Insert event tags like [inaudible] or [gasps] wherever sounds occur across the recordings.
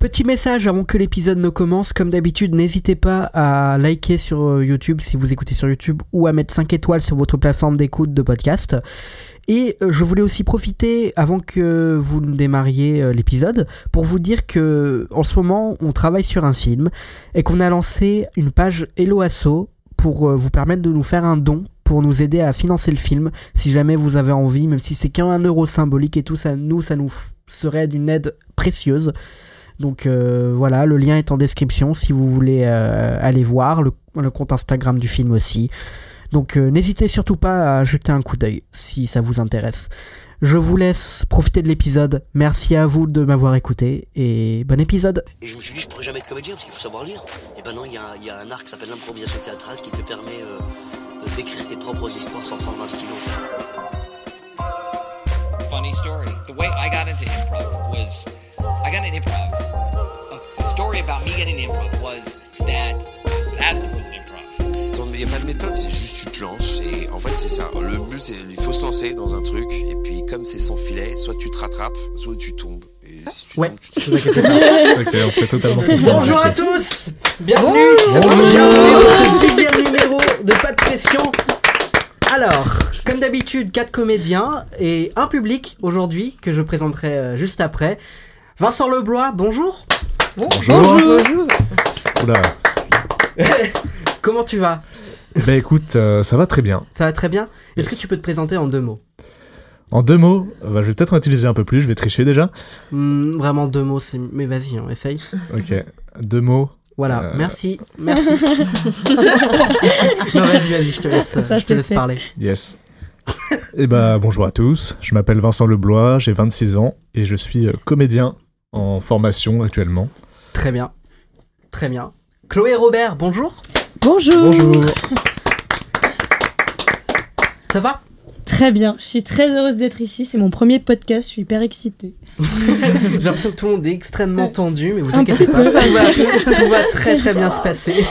Petit message avant que l'épisode ne commence, comme d'habitude, n'hésitez pas à liker sur euh, YouTube si vous écoutez sur YouTube ou à mettre 5 étoiles sur votre plateforme d'écoute de podcast. Et euh, je voulais aussi profiter, avant que vous ne démarriez euh, l'épisode, pour vous dire que en ce moment, on travaille sur un film et qu'on a lancé une page Hello Asso pour euh, vous permettre de nous faire un don pour nous aider à financer le film si jamais vous avez envie, même si c'est qu'un euro symbolique et tout, ça nous, ça nous f- serait d'une aide précieuse. Donc euh, voilà, le lien est en description si vous voulez euh, aller voir, le, le compte Instagram du film aussi. Donc euh, n'hésitez surtout pas à jeter un coup d'œil si ça vous intéresse. Je vous laisse profiter de l'épisode. Merci à vous de m'avoir écouté et bon épisode. Et je me suis dit, je pourrais jamais être comédien parce qu'il faut savoir lire. Et ben non, il y, a un- il y a un art qui s'appelle l'improvisation théâtrale qui te permet euh, de- d'écrire tes propres histoires sans prendre un stylo. funny story. The way I got into improv was I got an improv. A story about me getting into improv was that that was an improv. Il n'y a pas de méthode, c'est juste tu te lances et en fait c'est ça. Le but c'est il faut se lancer dans un truc et puis comme c'est sans filet, soit tu te rattrapes, soit tu tombes. Et si tu Ouais. tombes, tu te Ok, on te fait totalement Bonjour à tous Bienvenue Bienvenue dans ce dixième numéro de Pas de pression Alors, comme d'habitude, quatre comédiens et un public aujourd'hui que je présenterai euh, juste après. Vincent Leblois, bonjour Bonjour. Oula. Comment tu vas Eh ben écoute, euh, ça va très bien. Ça va très bien Est-ce Yes. que tu peux te présenter en deux mots En deux mots, euh, bah, je vais peut-être en utiliser un peu plus, je vais tricher déjà. Hmm, Vraiment deux mots, c'est... mais vas-y, on essaye. Ok, deux mots. Voilà, Euh. [laughs] merci, [laughs] merci. non, vas-y, vas-y, je te laisse, euh, je te laisse parler. Yes. Eh ben bonjour à tous, je m'appelle Vincent Leblois, j'ai 26 ans et je suis euh, comédien en formation actuellement. Très bien, très bien. Chloé Robert, bonjour Bonjour. Ça [laughs] va Très bien, je suis très heureuse d'être ici, c'est mon premier podcast, je suis hyper excitée. J'ai l'impression que tout le monde est extrêmement Ouais. tendu, mais vous Un inquiétez petit pas, tout va, tout va très [laughs] très bien se passer.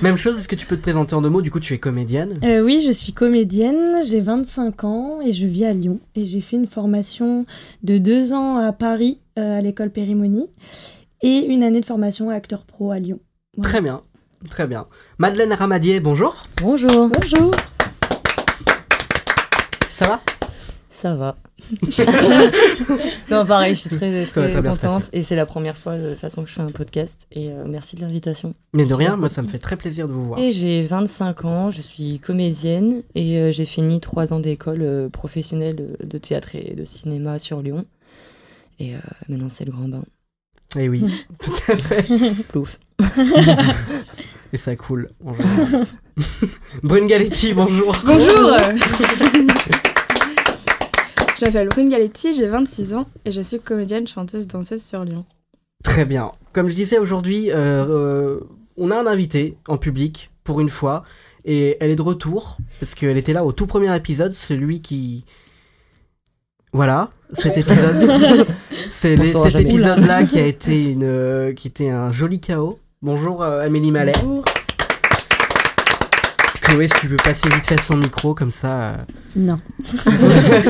Même chose, est-ce que tu peux te présenter en deux mots Du coup, tu es comédienne. Euh, oui, je suis comédienne, j'ai 25 ans et je vis à Lyon. Et j'ai fait une formation de deux ans à Paris, euh, à l'école Périmonie, et une année de formation à acteur pro à Lyon. Voilà. Très bien, très bien. Madeleine Ramadier, bonjour. Bonjour. Bonjour. Ça va Ça va. [laughs] non, pareil, je suis très, Ça va très, très bien se contente. Et c'est la première fois de toute façon que je fais un podcast. Et euh, merci de l'invitation. Mais de rien, moi ça me fait très plaisir de vous voir. Et j'ai 25 ans, je suis comédienne et euh, j'ai fini trois ans d'école euh, professionnelle de, de théâtre et de cinéma sur Lyon. Et euh, maintenant, c'est le grand bain. Eh oui, tout à fait. [laughs] Plouf. Et ça coule. en général. Brune Galetti, bonjour. Bonjour [laughs] Je m'appelle Brune Galetti, j'ai 26 ans et je suis comédienne, chanteuse, danseuse sur Lyon. Très bien. Comme je disais aujourd'hui, euh, euh, on a un invité en public pour une fois et elle est de retour parce qu'elle était là au tout premier épisode, celui qui voilà, cet épisode, c'est On les- saura cet jamais. épisode-là qui a été une, euh, qui était un joli chaos. Bonjour euh, Amélie Mallet. Chloé, si tu peux passer vite fait son micro comme ça. Non. euh.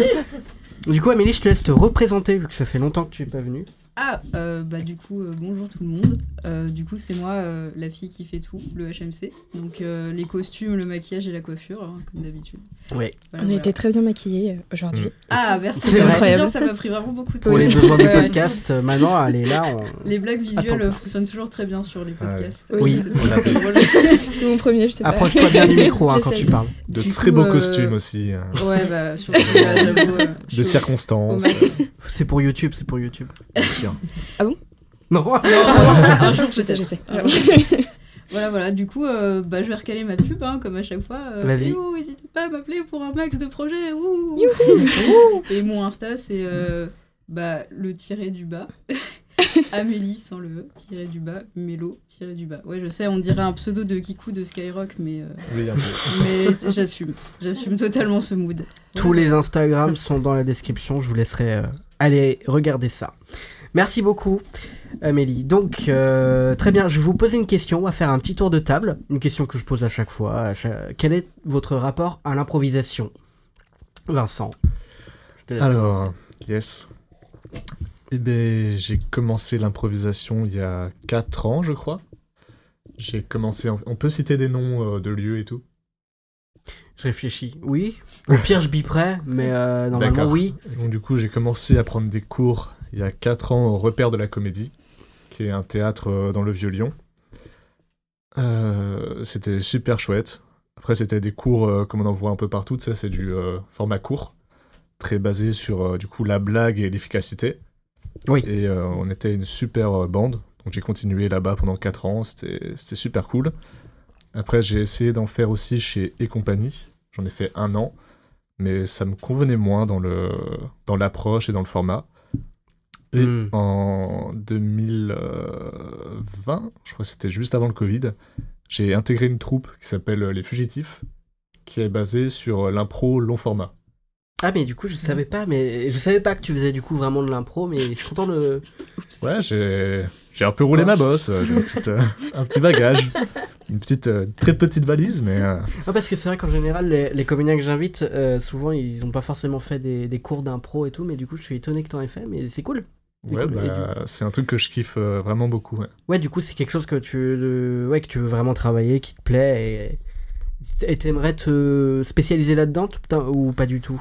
[laughs] du coup, Amélie, je te laisse te représenter vu que ça fait longtemps que tu es pas venue. Ah, euh, bah du coup, euh, bonjour tout le monde. Euh, du coup, c'est moi, euh, la fille qui fait tout, le HMC. Donc euh, les costumes, le maquillage et la coiffure, hein, comme d'habitude. Ouais. Voilà, On a voilà. été très bien maquillés euh, aujourd'hui. Ah, merci. C'est ça m'a fait incroyable. bien, Ça m'a pris vraiment beaucoup de temps. Mm. Pour les besoins du Ouais. podcast, euh, maintenant, elle est là. on- Les blagues visuelles Attends. euh, fonctionnent toujours très bien sur les podcasts. ouais. Oui. C'est On a toujours vu. drôle. C'est mon premier, je sais pas. Approche-toi bien du micro hein, quand J'essaye. tu parles. De Du très coup, beaux euh, costumes aussi, euh, Ouais, bah surtout, là, j'avoue. euh, je suis de au- au circonstances, euh, max. C'est pour YouTube, c'est pour YouTube. bien [laughs] sûr. Non, [laughs] Un jour, Je sais, je peut-être. sais. Alors, [laughs] Voilà, voilà, du coup, euh, bah, je vais recaler ma pub, hein, comme à chaque fois. Euh, Vas-y. youhou, N'hésitez pas à m'appeler pour un max de projets. ouhou. Et mon Insta, c'est euh, bah, le tiré du [laughs] bas. Amélie, sans le E, tiré du bas. Mélo, tiré du bas. Ouais, je sais, on dirait un pseudo de Kikou de Skyrock, mais, euh, Oui, un peu. [laughs] mais j'assume. J'assume totalement ce mood. Tous les Instagrams sont dans la description, je vous laisserai euh, aller regarder ça. Merci beaucoup, Amélie. Donc, euh, très bien, je vais vous poser une question, on va faire un petit tour de table, une question que je pose à chaque fois. à chaque- Quel est votre rapport à l'improvisation Vincent je te laisse commencer. Alors, yes. Eh ben, j'ai commencé l'improvisation il y a 4 ans, je crois. J'ai commencé. en- On peut citer des noms euh, de lieux et tout Je réfléchis. Oui. Au pire, je biperai, mais euh, normalement, D'accord. oui. Et donc, du coup, j'ai commencé à prendre des cours il y a 4 ans au Repère de la Comédie, qui est un théâtre euh, dans le Vieux-Lyon. Euh, c'était super chouette. Après, c'était des cours euh, comme on en voit un peu partout, ça c'est du euh, format court, très basé sur euh, du coup la blague et l'efficacité. Oui. Et euh, on était une super euh, bande, donc j'ai continué là-bas pendant 4 ans, c'était c'était super cool. Après, j'ai essayé d'en faire aussi chez Et Compagnie, j'en ai fait un an mais ça me convenait moins dans le dans l'approche et dans le format. Et Hmm. en 2020, je crois que c'était juste avant le Covid, j'ai intégré une troupe qui s'appelle Les Fugitifs, qui est basée sur l'impro long format. Ah, mais du coup, je savais pas, mais je savais pas que tu faisais du coup vraiment de l'impro, mais je suis content de. Ouais, j'ai j'ai un peu roulé ma bosse, j'ai une petite, euh, un petit bagage, une petite euh, très petite valise, mais euh, Ah, parce que c'est vrai qu'en général, les, les comédiens que j'invite, euh, souvent, ils ont pas forcément fait des, des cours d'impro et tout, mais du coup, je suis étonné que t'en aies fait, mais c'est cool. C'est ouais, cool. Et du- bah, c'est un truc que je kiffe euh, vraiment beaucoup. ouais. Ouais, du coup, c'est quelque chose que tu, euh, ouais, que tu veux vraiment travailler, qui te plaît, et- et t'aimerais te spécialiser là-dedans, t- putain, ou pas du tout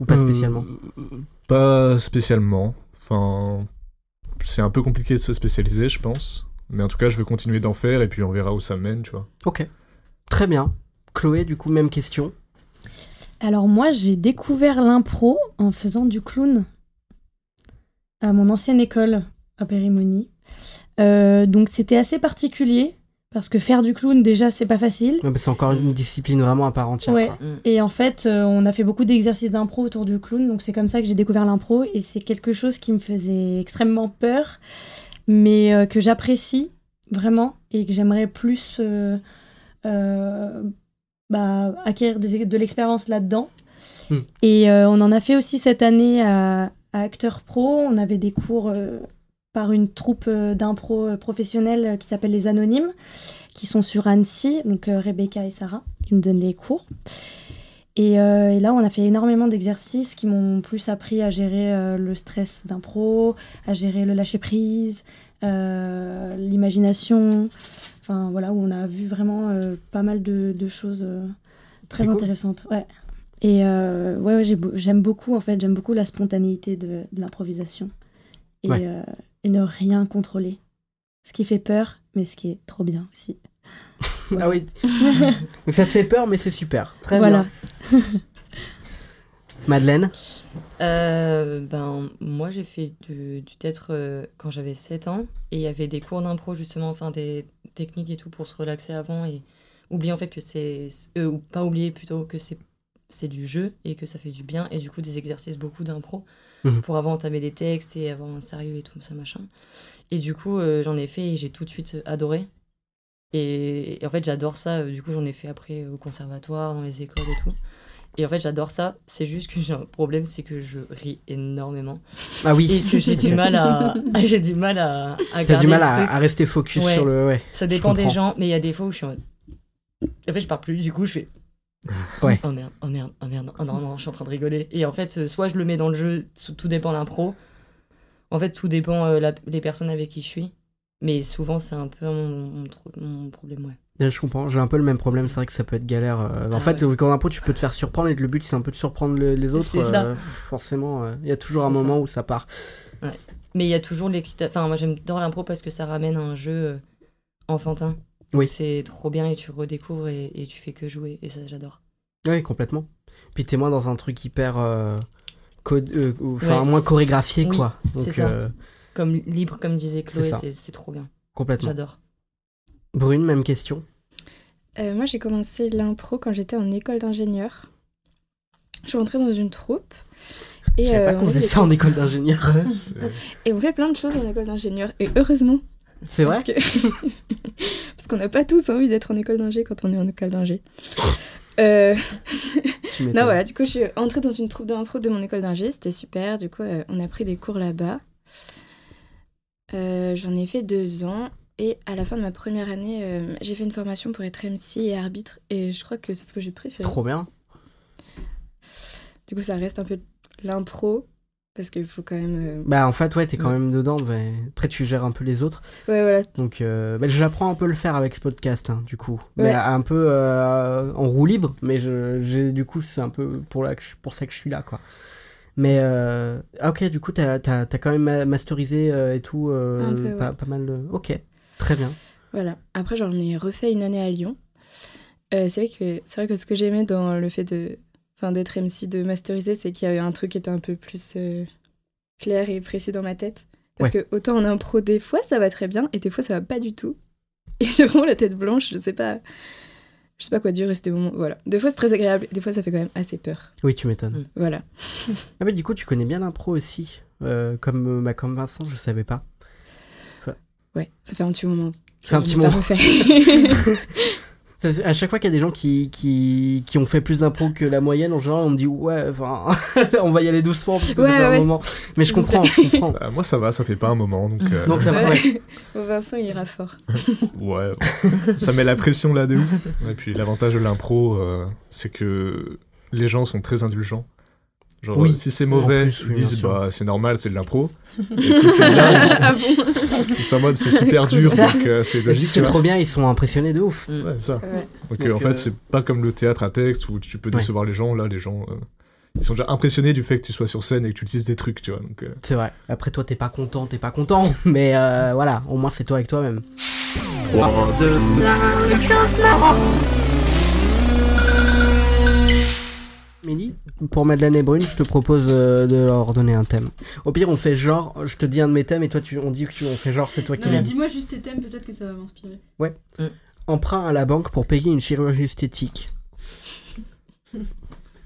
Ou pas spécialement Euh, Pas spécialement. Enfin, c'est un peu compliqué de se spécialiser, je pense. Mais en tout cas, je veux continuer d'en faire et puis on verra où ça me mène, tu vois. Ok. Très bien. Chloé, du coup, même question. Alors moi, j'ai découvert l'impro en faisant du clown à mon ancienne école à Périmonie. Euh, donc c'était assez particulier parce que faire du clown déjà c'est pas facile. Ouais, bah, c'est encore une discipline vraiment à part entière. Ouais. quoi. Mm. Et en fait, euh, on a fait beaucoup d'exercices d'impro autour du clown, donc c'est comme ça que j'ai découvert l'impro et c'est quelque chose qui me faisait extrêmement peur, mais euh, que j'apprécie vraiment et que j'aimerais plus euh, euh, bah, acquérir des- de l'expérience là-dedans. Hmm. Et euh, on en a fait aussi cette année à, à Acteur Pro, on avait des cours euh, par une troupe euh, d'impro euh, professionnelle euh, qui s'appelle les Anonymes, qui sont sur Annecy, donc euh, Rebecca et Sarah qui me donnent les cours. Et, euh, et là, on a fait énormément d'exercices qui m'ont plus appris à gérer euh, le stress d'impro, à gérer le lâcher prise, euh, l'imagination. Enfin voilà, où on a vu vraiment euh, pas mal de, de choses euh, très C'est cool. intéressantes. Ouais. Et euh, ouais, ouais, j'ai beau- j'aime beaucoup en fait, j'aime beaucoup la spontanéité de, de l'improvisation et, Ouais. euh, et ne rien contrôler. Ce qui fait peur, mais ce qui est trop bien aussi. Ah [laughs] oui. Donc ça te fait peur, mais c'est super. Très voilà. bien. Madeleine Euh, ben, moi, j'ai fait du, du théâtre euh, quand j'avais 7 ans. Et il y avait des cours d'impro, justement, enfin des techniques et tout pour se relaxer avant et oublier en fait que c'est. euh, ou pas oublier plutôt que c'est c'est du jeu et que ça fait du bien. Et du coup, des exercices beaucoup d'impro Mhm. pour avoir entamé des textes et avoir un sérieux et tout ça, machin. Et du coup, euh, j'en ai fait et j'ai tout de suite euh, adoré. Et, et en fait, j'adore ça. Euh, Du coup, j'en ai fait après euh, au conservatoire, dans les écoles et tout. Et en fait, j'adore ça. C'est juste que j'ai un problème, c'est que je ris énormément Ah et oui. que j'ai du [laughs] mal à, j'ai du mal à, à T'as garder du mal le à, truc. à rester focus Ouais. sur le. Ouais. Ça dépend des comprends. gens, mais il y a des fois où je suis en mode. En fait, je parle plus, du coup, je fais. [laughs] Ouais. Oh merde, oh merde, oh merde, oh non, non, je suis en train de rigoler. Et en fait, euh, soit je le mets dans le jeu, tout tout dépend l'impro. En fait, tout dépend euh, la- les personnes avec qui je suis. Mais souvent, c'est un peu mon, mon tro- mon problème, ouais. Ouais, Je comprends, j'ai un peu le même problème, c'est vrai que ça peut être galère. euh, en Ah fait, ouais. euh, quand d'impro, tu peux te faire surprendre et le but, c'est un peu de surprendre le- les autres. C'est ça. euh, forcément, euh, il y a toujours un C'est ça. moment où ça part. Mais il y a toujours l'excitation. Enfin, moi, j'aime dans l'impro parce que ça ramène un jeu euh, enfantin. Oui. C'est trop bien et tu redécouvres et, et tu fais que jouer. Et ça, j'adore. Oui, complètement. Puis t'es moins dans un truc hyper. euh, code- euh, ou- Enfin, Ouais. moins chorégraphié, Oui, quoi. Donc, c'est ça. euh, Comme libre, comme disait Chloé, C'est ça. c'est- c'est trop bien. complètement. J'adore. Brune, même question. Euh, moi, j'ai commencé l'impro quand j'étais en école d'ingénieur. Je suis rentrée dans une troupe. Je Et, savais pas euh, qu'on on faisait faisait- ça en école d'ingénieur. [laughs] et on fait plein de choses en école d'ingénieur. Et heureusement, c'est vrai Parce que- [laughs] parce qu'on n'a pas tous envie d'être en école d'ingé quand on est en école d'ingé. Euh, Tu m'étonnes. non, voilà, du coup, je suis entrée dans une troupe d'impro de mon école d'ingé. C'était super. Du coup, euh, on a pris des cours là-bas. Euh, J'en ai fait deux ans. Et à la fin de ma première année, euh, j'ai fait une formation pour être MC et arbitre. Et je crois que c'est ce que j'ai préféré. Trop bien. Du coup, ça reste un peu de l'impro, Parce qu'il faut quand même. euh, Bah, en fait, ouais, t'es quand même dedans. mais Après, tu gères un peu les autres. euh, Mm. Ouais, voilà. Donc, euh, bah, j'apprends un peu le faire avec ce podcast, hein, du coup. Mais Ouais. un peu euh, en roue libre, mais je, j'ai- du coup, c'est un peu pour, là que je- pour ça que je suis là, quoi. Mais, euh, ah, ok, du coup, t'as, t'as, t'as quand même ma- masterisé euh, et tout. euh, Un peu, pas, ouais. pas mal de... Ok, très bien. Voilà. Après, j'en ai refait une année à Lyon. Euh, c'est vrai que c'est vrai que ce que j'aimais dans le fait de, enfin, d'être MC, de masteriser, c'est qu'il y avait un truc qui était un peu plus euh, clair et précis dans ma tête. Parce que autant en impro, des fois ça va très bien et des fois ça va pas du tout. Et j'ai vraiment la tête blanche. Je sais pas, je sais pas quoi dire. et C'était au moment- voilà. Des fois c'est très agréable, et des fois ça fait quand même assez peur. Oui, tu m'étonnes. Mm. Voilà. [laughs] Ah, mais du coup, tu connais bien l'impro aussi. euh, comme, euh, bah, comme Vincent, je savais pas. Ouais, ça fait un petit moment. que Fait un je petit l'ai pas moment. refait. Ça, c'est- À chaque fois qu'il y a des gens qui, qui, qui ont fait plus d'impro que la moyenne, en général, on me dit ouais, enfin, [laughs] on va y aller doucement parce que Ouais, c'est pas ouais, un ouais. moment. Mais je S'il vous comprends, plaît. je [laughs] comprends. Bah, moi, ça va, ça fait pas un moment, donc. euh, Donc [laughs] ça va, ouais. Bon, Vincent, il ira fort. Ouais, bon. ça met la pression là de ouf. Et puis l'avantage de l'impro, euh, c'est que les gens sont très indulgents. Genre, Oui. euh, si c'est mauvais, En plus, oui, ils bien disent sûr. bah c'est normal, c'est de l'impro. Et si c'est [laughs] bien, ah bon ils sont en mode [laughs] c'est super dur, Ça. donc euh, c'est Et logique. si c'est tu vois. trop bien, ils sont impressionnés de ouf. Mm. Ouais, ça. Ouais. Donc, Donc, euh, en fait, euh, c'est pas comme le théâtre à texte où tu peux Ouais. décevoir les gens. Là, les gens, euh, ils sont déjà impressionnés du fait que tu sois sur scène et que tu utilises des trucs, tu vois. Donc, euh, C'est vrai. Après, toi, t'es pas content, t'es pas content. [laughs] Mais euh, voilà, au moins, c'est toi avec toi-même. Mélie, pour Madeleine et Brune, je te propose euh, de leur donner un thème. Au pire, on fait genre, je te dis un de mes thèmes et toi, tu, on dit que tu, on fait genre, c'est toi qui Non, mais l'as dit. dis-moi juste tes thèmes, peut-être que ça va m'inspirer. emprunt à la banque pour payer une chirurgie esthétique.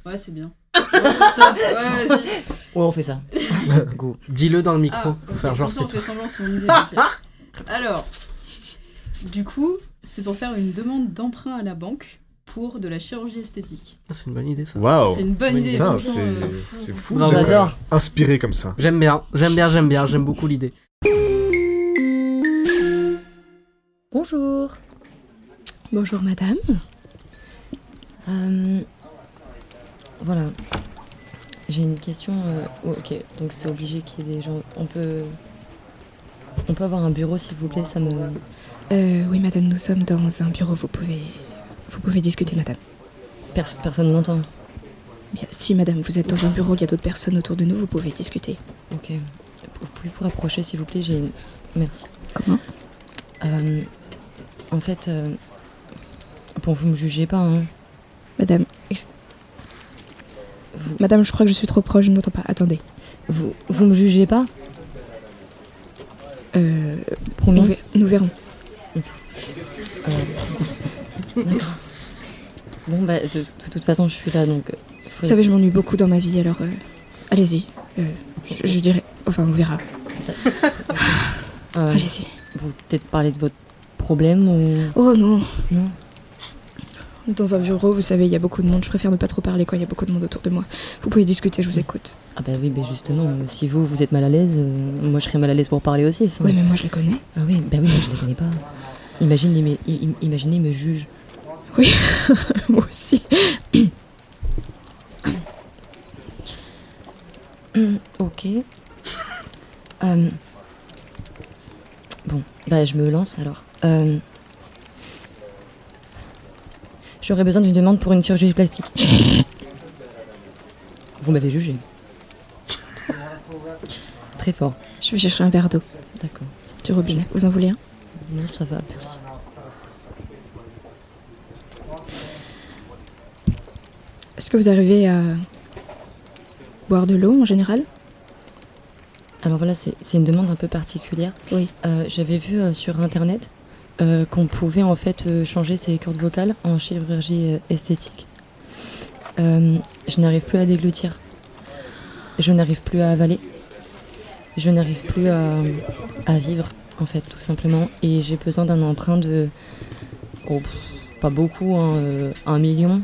Ouais, c'est bien. [laughs] Ouais, c'est ça. Ouais, vas-y. Ouais, Oh, on fait ça. Go. Dis-le dans le micro Ah, pour ok, faire genre comme ça, c'est on fait semblant, toi. c'est [laughs] mon idée, ok. Alors, du coup, c'est pour faire une demande d'emprunt à la banque pour de la chirurgie esthétique. Ah, C'est une bonne idée ça. waouh. C'est une bonne idée. Putain, franchement, c'est euh, c'est fou. Bravo. d'être, euh, J'adore. Inspiré comme ça. J'aime bien, j'aime bien, j'aime bien, j'aime beaucoup l'idée. Bonjour. Bonjour madame. Euh, voilà. J'ai une question. euh, oh, ok, donc c'est obligé qu'il y ait des gens. On peut. On peut avoir un bureau s'il vous plaît, ça me. Euh, oui madame, nous sommes dans un bureau, vous pouvez... Vous pouvez discuter madame. Perso- personne n'entend. Bien, si madame, vous êtes dans un bureau, il y a d'autres personnes autour de nous, vous pouvez discuter. Ok. Vous pouvez vous rapprocher s'il vous plaît, j'ai une. Merci. Comment Euh, en fait. euh, Bon, vous me jugez pas, hein. Madame, ex- Vous- Madame, je crois que je suis trop proche, je n'entends pas. Attendez. Vous, vous me jugez pas Euh, nous, Promis ver- nous verrons. Euh, D'accord. Bon, bah, de, de toute façon, je suis là, donc. euh, faut- Vous savez, je m'ennuie beaucoup dans ma vie, alors euh, allez-y. Euh, je, je dirais... Enfin, on verra. euh, Allez-y. vous peut-être parler de votre problème ou. Oh non Non On est dans un bureau, vous savez, il y a beaucoup de monde. Je préfère ne pas trop parler quand il y a beaucoup de monde autour de moi. Vous pouvez discuter, je vous écoute. Ah, bah oui, bah justement, euh, si vous, vous êtes mal à l'aise, euh, moi, je serais mal à l'aise pour parler aussi. enfin. Oui, mais moi je les connais. Ah oui, bah oui, je ne les connais pas. Imagine, il me- il- il- imaginez, il me juge. [laughs] moi aussi. [coughs] Ok. Euh, Bon, bah je me lance alors. Euh, J'aurais besoin d'une demande pour une chirurgie plastique. [laughs] Vous m'avez jugé. Très fort. Je vais chercher un verre d'eau D'accord. du robinet. Vous en voulez un Non, ça va, merci. Est-ce que vous arrivez à boire de l'eau en général Alors voilà, c'est c'est une demande un peu particulière. Oui. Euh, J'avais vu euh, sur internet euh, qu'on pouvait en fait euh, changer ses cordes vocales en chirurgie euh, esthétique. Euh, je n'arrive plus à déglutir. Je n'arrive plus à avaler. Je n'arrive plus à, à vivre, en fait, tout simplement. Et j'ai besoin d'un emprunt de. oh, pff, pas beaucoup, hein, euh, un million.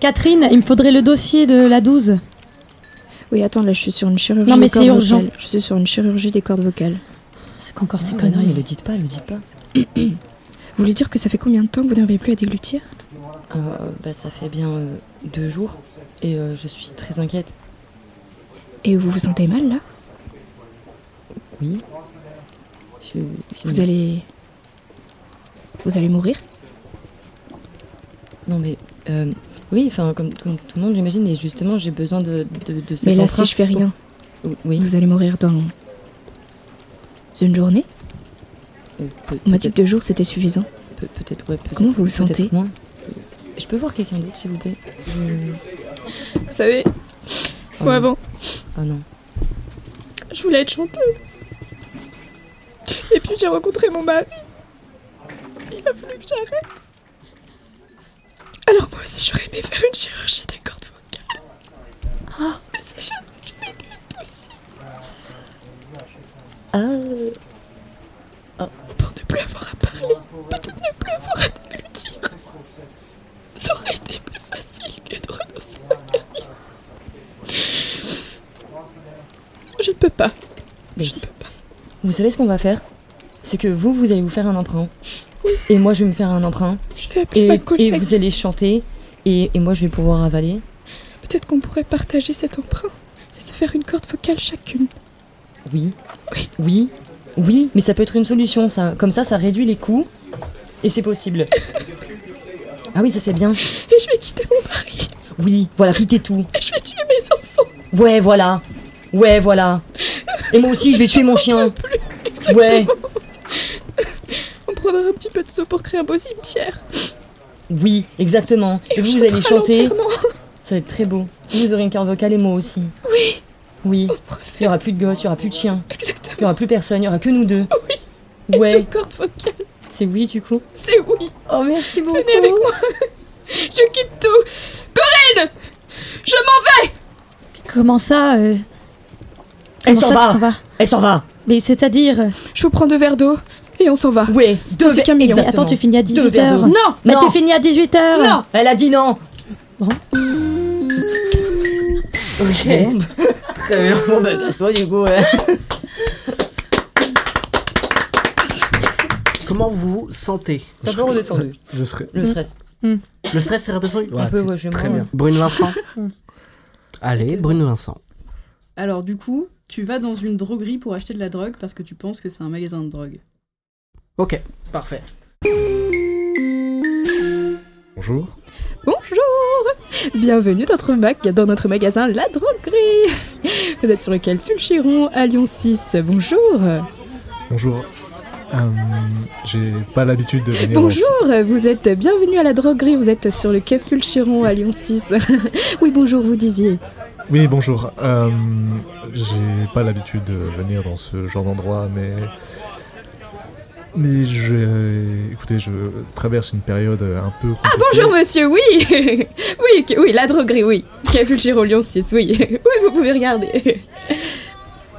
Catherine, il me faudrait le dossier de la 12. Oui, attends, là je suis sur une chirurgie. Non, mais des cordes c'est urgent. vocales. Je suis sur une chirurgie des cordes vocales. C'est Oh, qu'encore ces Non, conneries. Ah, mais le dites pas, le [clears throat] dites pas. Vous voulez dire que ça fait combien de temps que vous n'arrivez plus à déglutir Euh, bah, ça fait bien euh, deux jours et euh, je suis très inquiète. Et vous vous sentez mal là Oui. Je- je- Vous allez. Vous allez mourir Non, mais. euh, oui, enfin, comme tout, tout le monde, j'imagine, et justement, j'ai besoin de, de, de cet Mais là, emprunt si je fais pour- rien, Oui, vous allez mourir dans. une journée euh, peut- On m'a dit peut-être, que deux jours c'était suffisant. peut- peut-être, ouais, peut-être- Comment vous vous peut-être sentez moins. Je peux voir quelqu'un d'autre, s'il vous plaît Je- Vous savez, oh non. moi avant, Ah non. je voulais être chanteuse. Et puis j'ai rencontré mon mari. Il a voulu que j'arrête. Alors moi aussi j'aurais aimé faire une chirurgie des cordes vocales. Mais ça jamais jamais pu possible Ah, Ah. pour ne plus avoir à parler. Peut-être ne plus avoir à déglutir. Ça aurait été plus facile que de renoncer à ma carrière. Oh, Je ne peux pas. mais Je ne si. peux pas. Vous savez ce qu'on va faire C'est que vous, vous allez vous faire un emprunt. Et moi, je vais me faire un emprunt. Je vais appeler Et, ma et collègue. vous allez chanter. Et, et moi, je vais pouvoir avaler. Peut-être qu'on pourrait partager cet emprunt et se faire une corde vocale chacune. Oui. Oui. Oui. Oui, mais ça peut être une solution, ça. Comme ça, ça réduit les coûts. Et c'est possible. ah oui, ça c'est bien. Et je vais quitter mon mari. Oui, voilà, quittez tout. Et je vais tuer mes enfants. Ouais, voilà. Ouais, voilà. Et moi aussi, je vais tuer mon chien. Ouais. On prendra un petit peu de seau pour créer un beau cimetière. Oui, exactement. Et on vous, vous allez chantera chanter. l'enterrement. [laughs] Ça va être très beau. Vous aurez une carte vocale et moi aussi. Oui. Oh, Oui. On pourrait Il y faire aura plus de gosses, il y aura plus de chiens. Il y exactement aura plus personne, il y aura que nous deux. une Ouais, corde vocale. c'est oui du coup. C'est oui. Oh merci beaucoup. Venez avec moi. Je quitte tout. Corinne Je m'en vais Comment ça euh, Elle comment s'en ça, tu va. t'en vas Elle s'en va. Mais c'est-à-dire. euh, Je vous prends deux verres d'eau et on s'en va. Ouais, deux C'est ver- Camille, Mais exactement. attends, tu finis à Deux verres 18h. d'eau. Non Mais Non. tu finis à 18h Non, elle a dit non. Bon. Ok. [laughs] Très bien. Bon ben toi du coup. ouais. Comment vous vous sentez C'est un peu redescendu. Je serais. Le stress. Le stress est redescendu Un peu, c'est ouais, chez Très moi, bien. Brune Vincent Allez, Brune Vincent. Alors, du coup, tu vas dans une droguerie pour acheter de la drogue parce que tu penses que c'est un magasin de drogue. Ok, parfait. Bonjour. Bonjour Bienvenue dans notre, mag- dans notre magasin La Droguerie Vous êtes sur le quai Fulchiron à Lyon 6. Bonjour Bonjour. Euh, J'ai pas l'habitude de venir. dans ce- Bonjour, vous êtes bienvenue à La Droguerie, vous êtes sur le quai Fulchiron à Lyon 6. [laughs] oui, bonjour, vous disiez. Oui, bonjour. Euh, J'ai pas l'habitude de venir dans ce genre d'endroit, mais. Mais je. Écoutez, je traverse une période un peu. Ah, Bonjour monsieur, oui [laughs] Oui, que- oui, La Droguerie, oui. Quai Fulchiron Lyon 6, oui. [laughs] oui, vous pouvez regarder.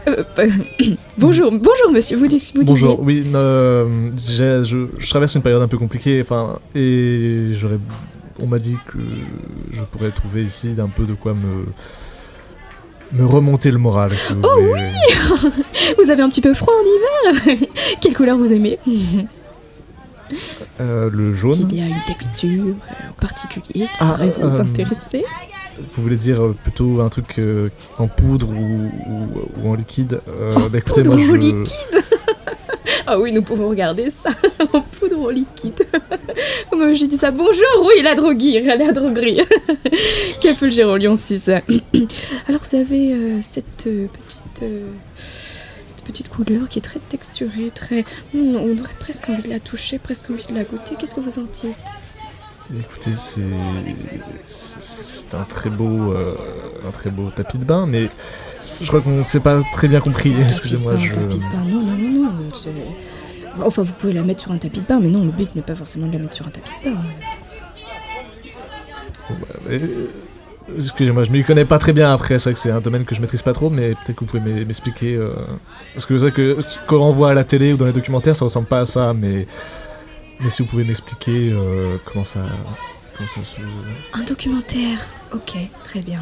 Euh, euh, [coughs] bonjour, bonjour monsieur, vous, dis- vous disiez. Bonjour, oui, euh, j'ai- je, je traverse une période un peu compliquée, enfin, et j'aurais, on m'a dit que je pourrais trouver ici d'un peu de quoi me, me remonter le moral. si vous Oh voulez. Vous avez un petit peu froid en hiver [laughs] Quelle couleur vous aimez Euh, le jaune, Il y a une texture euh, en particulier qui Ah, pourrait vous euh, intéresser. vous voulez dire euh, plutôt un truc euh, en poudre ou, ou- ou en liquide euh, bah, écoutez, poudre moi, ou je- liquide Ah oui, nous pouvons regarder ça [laughs] en poudre au liquide. [laughs] Moi, J'ai dit ça. Bonjour, oui, la droguerie, [laughs] la droguerie. Café Géron Lyon 6. [coughs] Alors vous avez euh, cette euh, petite... euh, cette petite couleur qui est très texturée, très... Hmm, on aurait presque envie de la toucher, presque envie de la goûter. Qu'est-ce que vous en dites Écoutez, c'est c'est- c'est un très beau, euh, un très beau tapis de bain, mais je crois qu'on s'est pas très bien compris. Excusez-moi, Tapis je. de bain, tapis de bain. Non, non, non, non. c'est- Enfin, vous pouvez la mettre sur un tapis de bain, mais non, le but n'est pas forcément de la mettre sur un tapis de bain. Euh, Excusez-moi, je m'y connais pas très bien après, c'est vrai que c'est un domaine que je maîtrise pas trop, mais peut-être que vous pouvez m'e- m'expliquer. euh, Parce que c'est vrai que ce qu'on voit à la télé ou dans les documentaires, ça ressemble pas à ça, mais. Mais si vous pouvez m'expliquer euh, comment ça. Comment ça se. Un documentaire Ok, très bien.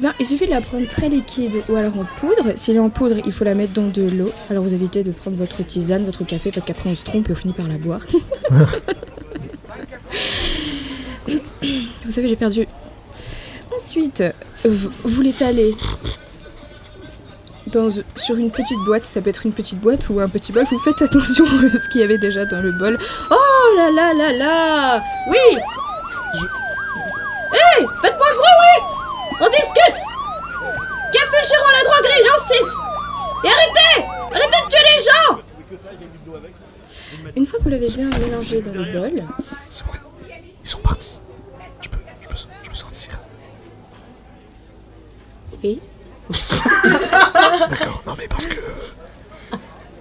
Ben, il suffit de la prendre très liquide ou alors en poudre. S'il est en poudre, il faut la mettre dans de l'eau. Alors vous évitez de prendre votre tisane, votre café, parce qu'après on se trompe et on finit par la boire. vous savez, j'ai perdu. Ensuite, euh, vous, vous l'étalez dans, sur une petite boîte, ça peut être une petite boîte ou un petit bol, vous faites attention à ce qu'il y avait déjà dans le bol. Oh là là là là Oui Hé Faites-moi le bruit, oui On discute Café Chiron la droguerie, en 6 Et arrêtez Arrêtez de tuer les gens Une fois que vous l'avez bien mélangé dans le bol, C'est moi. Ils sont partis. Je peux, je peux, je peux sortir. Oui. D'accord. Non mais parce que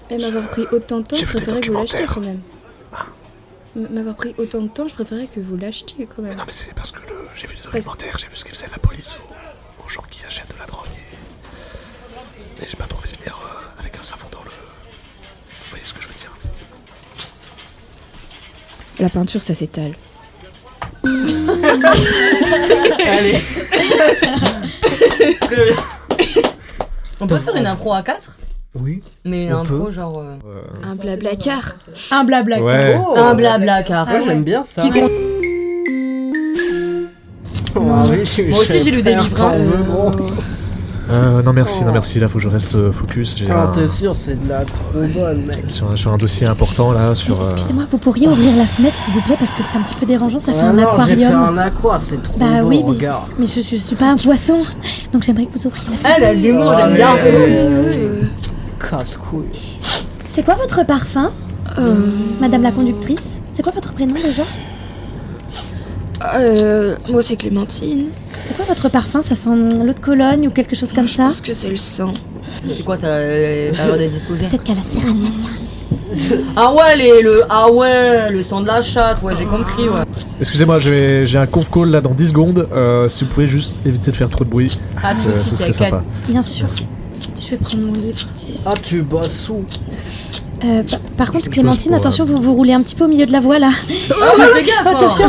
Même avoir Eh, pris autant de temps, J'ai je vu des préférais que vous l'achetiez documentaires. Ah. quand même. M- M'avoir pris autant de temps, je préférais que vous l'achetiez quand même. non Ah, mais c'est parce que le- j'ai vu des documentaires, j'ai vu ce qu'ils faisait la police aux, aux gens qui achètent de la drogue et, et j'ai pas trop envie de venir euh, avec un savon dans le. Vous voyez ce que je veux dire La peinture, ça s'étale. Allez, On peut faire une impro à 4 oui. Mais une On impro peut. genre. euh, Un blabla car. Un blabla. Ouais. Un blabla car. Ah, Oh. j'aime bien ça. Qui compte- Oh, oui, je- Moi aussi, je- j'ai lu des Père, livres, t'en hein. veux, gros. Euh, non merci, Oh. non merci. Là faut que je reste euh, focus. J'ai Ah, un- t'es sûr, c'est de la trop bonne, mec. sur, un, sur un dossier important là sur. euh, Excusez-moi, vous pourriez ouvrir la fenêtre s'il vous plaît parce que c'est un petit peu dérangeant, ça fait Ah un non, j'ai fait aquarium. un aqua, c'est trop Bah beau, oui, mais- regarde. Mais je, je suis pas un poisson, donc j'aimerais que vous ouvriez la Eh, Elle a de l'humour, Ah, j'aime bien. Casse-couille. C'est quoi votre parfum Madame la conductrice C'est quoi votre prénom déjà Euh, moi, c'est Clémentine. C'est quoi votre parfum Ça sent l'eau de Cologne ou quelque chose comme je ça pense que c'est le sang. C'est quoi ça euh, Valeur de disposer Peut-être qu'à la sérénité. Ah ouais, les, le. Ah ouais, le son de la chatte, ouais, j'ai compris, ouais. Excusez-moi, j'ai j'ai un conf call là dans 10 secondes. Euh, si vous pouvez juste éviter de faire trop de bruit, Ah, ce, ce serait sympa. Bien sûr. Merci. Je vais prendre mon livre. Ah, tu bosses où Euh, pa- par contre, Je pose Clémentine, pour, euh, attention, vous vous roulez un petit peu au milieu de la voie là. Fais gaffe, [laughs] hein. Attention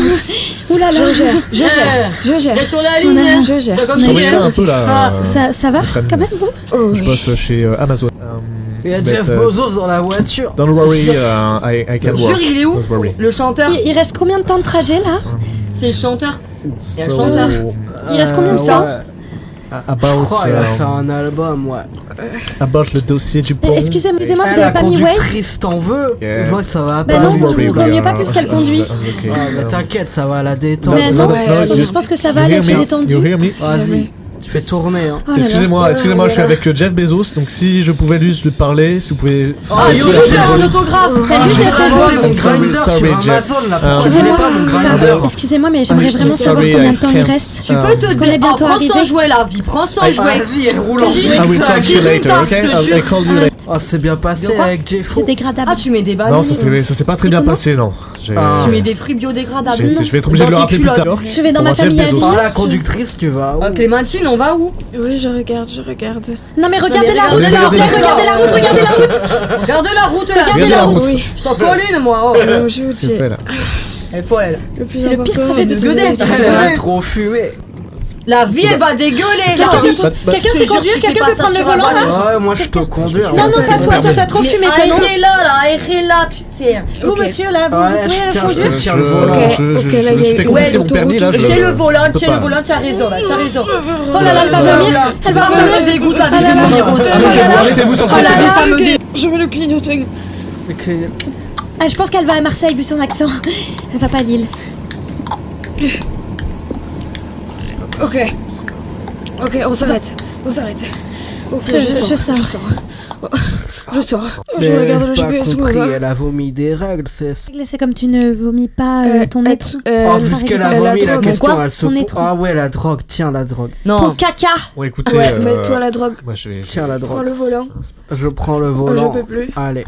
Ouh là là Oh, Je gère, je gère, je gère. Bien sur la On ligne, a- hein. Je gère. Fais comme Mais- tu Surveillez-la veux. un peu là. Ah, euh, ça, ça va notre ami. quand même vous Oh, Je oui. bosse chez euh, Amazon. Il y a Um, Jeff but, euh, Bezos dans la voiture. [laughs] Don't worry, euh, I, I can Jure, work. il est où Don't worry. Le chanteur Il, il reste combien de temps de trajet là C'est le chanteur So, un chanteur. Il reste combien de Euh, temps ouais. Je about, crois qu'il va euh, faire un album, ouais. about le dossier du Eh, pont. Excusez-moi, excusez-moi, vous Eh, la avez pas mis Waze conductrice, t'en veux Yeah. Je vois que ça va Bah pas. non, Don't worry, il vaut we mieux pas are- puisqu'elle conduit. [laughs] Ah, ok. Ah, mais t'inquiète, ça va à la détente. Mais non, Ouais, ouais, je ouais. pense que ça You va, hear elle s'est me? You détendue. hear me? Vas-y, tu fais tourner, hein. Oh là là. Excusez-moi, excusez-moi, je suis avec euh, Jeff Bezos, donc si je pouvais lui je lui parler, si vous pouvez. Ah, Ah, yo, c'est yo, la yo, fille yo, de- grave Ah, Salut, j'ai Jeff commandé mon Bezos. Sorry, grinder sorry, sur Jeff. Amazon, là, Euh, pourquoi je voulais Excusez-moi, pas mon grinder pardon, excusez-moi, mais j'aimerais I'm vraiment savoir sorry, combien I de temps il can't. reste. Tu Euh, peux te qu'on est dé- bientôt Ah, Prends son arrivé. jouet, la vie, prends Ah, son jouet. Vas-y, elle roule en J'ai- I will talk to you zigzag. later, J'ai vu okay? une tarte, je I'll- I'll call you later. Oh, c'est bien De passé quoi avec Jeffo. C'est dégradable. Ah, tu mets des bananes. Non, ça s'est ça s'est pas très bien comment passé, non. J'ai- Ah. Tu mets des fruits biodégradables. j'ai- Je vais être obligé de le Dans tes rappeler plus culottes. tard. Je vais dans Pour ma Jeff famille à Bezos. Lille. Par la conductrice, tu vas. où Ah, Euh, Clémentine, on va où Oui, je regarde, je regarde. Non mais regardez la route, regardez s'il vous la plaît, route. regardez la route, regardez la route Regarde la route là. Regardez la route. Oui, Je t'en colle une, moi. oh. euh, je vous Qu'est-ce que dis. fait là Elle est folle, elle. Le plus C'est le pire important, projet de c'est de Godel. donner- Ah, Elle a trop fumé. La vie, elle va dégueuler. Quelqu'un peut- là. Pas de- pas de- Quelqu'un sait conduire, quelqu'un peut prendre le volant là Ouais, moi je peux conduire. hein, Non, non, c'est à ça toi, toi t'as trop fumé, toi non Aérez-la, là, aérez-la, putain. Vous monsieur là, vous Ouais, vous je pouvez tiens, je conduire te tiens le Je- volant. je- je- je Ok, là, me il y suis a fait une confisquer mon route permis, là, je- J'ai le volant, peux tiens le pas. volant, tu as raison, là, tu as raison. Oh là là, elle va vomir Elle va Ah, ça vomir me dégoûte, là, je vais vomir aussi. Arrêtez-vous, arrêtez-vous sur le Ah là côté. là, ça me dégoûte. Je mets le clignotant. Ok. Ah, je pense qu'elle va à Marseille vu son accent. Elle va pas à Lille. Ok. Ok, on s'arrête. On s'arrête. Ok, Je- je, je- sors, je sors. Oh, Je sors. Mais Je regarde j'ai le pas GPS où on compris, va. Elle a vomi des règles, c'est ça. C'est comme tu ne vomis pas euh, Euh, ton être- maître. euh, oh, vu ce qu'elle a elle a vomi, la drogue. question, Quoi elle se Ton cou- étron. Ah ouais, la drogue, tiens la drogue. Ton Non, caca Bon, écoutez, Ouais, euh, mais toi la drogue, moi je vais. je- Tiens la prends drogue. le volant. Je prends le Oh, volant. J'en peux plus. Allez.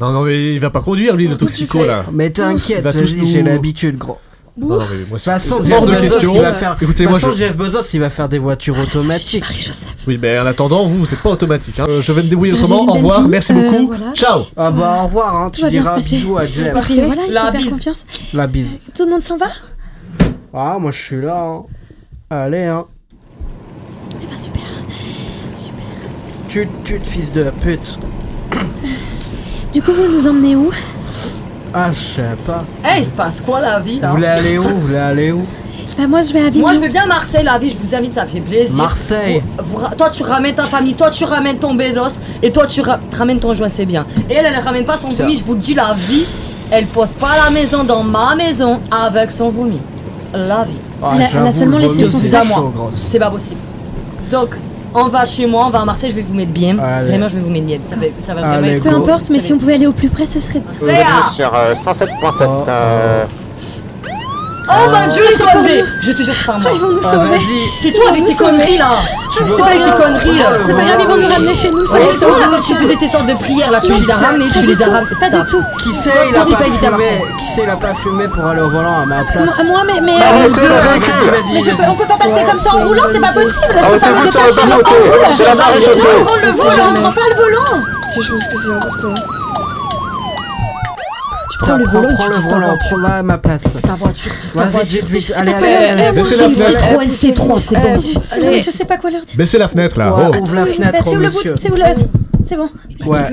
Non, non, mais il va pas conduire lui, le toxico là. Mais t'inquiète, Il va tous vas-y, nous- j'ai l'habitude, gros. Non, non, mais moi De toute c'est façon, c'est Jeff hors de Bezos, question. il va faire- Écoutez, De toute moi façon, je. Jeff Bezos, il va faire des voitures automatiques. Marie-Joseph. Oui, mais en attendant, vous, c'est pas automatique. hein. Euh, Je vais me débrouiller J'ai autrement. une Au revoir, belle merci vie, beaucoup. euh, voilà. Ciao. Ah bah, au revoir, hein, Tout tu va bien se diras passer. bisous à Jeff. Après, voilà, il La faut faire bise. confiance. La bise. Tout le monde s'en va Ah, moi je suis là, hein. Allez, hein. Eh ben, super. Super. Tute, tute, fils de pute. Du coup, vous nous emmenez où Ah, je sais pas. Eh, il se passe quoi la vie Vous là voulez aller où Vous voulez aller où Bah moi je vais à Avignon. Moi, je veux bien Marseille, la vie, je vous invite, ça fait plaisir. Marseille. Vous- vous ra- toi, tu ramènes ta famille, toi, tu ramènes ton Bezos, et toi, tu ra- ramènes ton joint, c'est bien. Et elle, elle ramène pas son Ça. vomi, je vous dis, la vie, elle pose pas la maison dans ma maison avec son vomi. La vie. Ah, Elle a- elle a j'avoue, seulement le laissé vomi, son c'est C'est à chaud, moi. grosse. C'est pas possible. Donc, on va chez moi, on va à Marseille, je vais vous mettre bien. Allez. Vraiment, je vais vous mettre bien. Ça va, ça va vraiment Allez, être Peu go. importe, mais si on pouvait aller au plus près, ce serait. Vous êtes bien sur 107.7. Oh mon dieu, Ah, c'est c'est pas pas nous. Je te jure, c'est pas moi. Ils vont nous Ah, sauver. vas-y. C'est toi avec tes conneries là. C'est C'est pas toi avec tes grave. conneries. là. C'est pas grave, ils vont nous ramener chez nous. ça va Oh, Ouais, être toi, cool. là, tu faisais tes sortes de prières là, tu Non, les as pas ramenées, du tu les as tout, ramenées. Pas du tout. Qui sait, il a Paris, pas pas éviter à fumé. Marseille. Qui sait, il a pas fumé pour aller au volant à ma place. Moi, mais. mais Bah, euh, arrêtez, deux, là, hein. vas-y, vas-y, Mais je vas-y. peux- on peut pas passer comme ça en roulant, c'est pas possible. ça va Arrêtez, vous, me ça va détacher. pas En monter. roule. C'est la marée chaussée. Je prends le Si volant, jamais. prends pas le volant. Si je pense que c'est important. Tu prends le volant et prends tu le dis ta volant, voiture. prends-la à ma place. Ta voiture, dis Ouais, ta vite, voiture. vite, vite, Je sais allez, pas quoi allez, leur allez, baissez dire, moi, la c'est une fenêtre. Citroën C3, c'est bon. C'est vrai, Je sais pas quoi leur dire. Baissez la fenêtre là. Ouais, oh. ouvre la Oui, bah, fenêtre, C'est oh, où le bout monsieur. C'est où le. C'est bon. Ouais,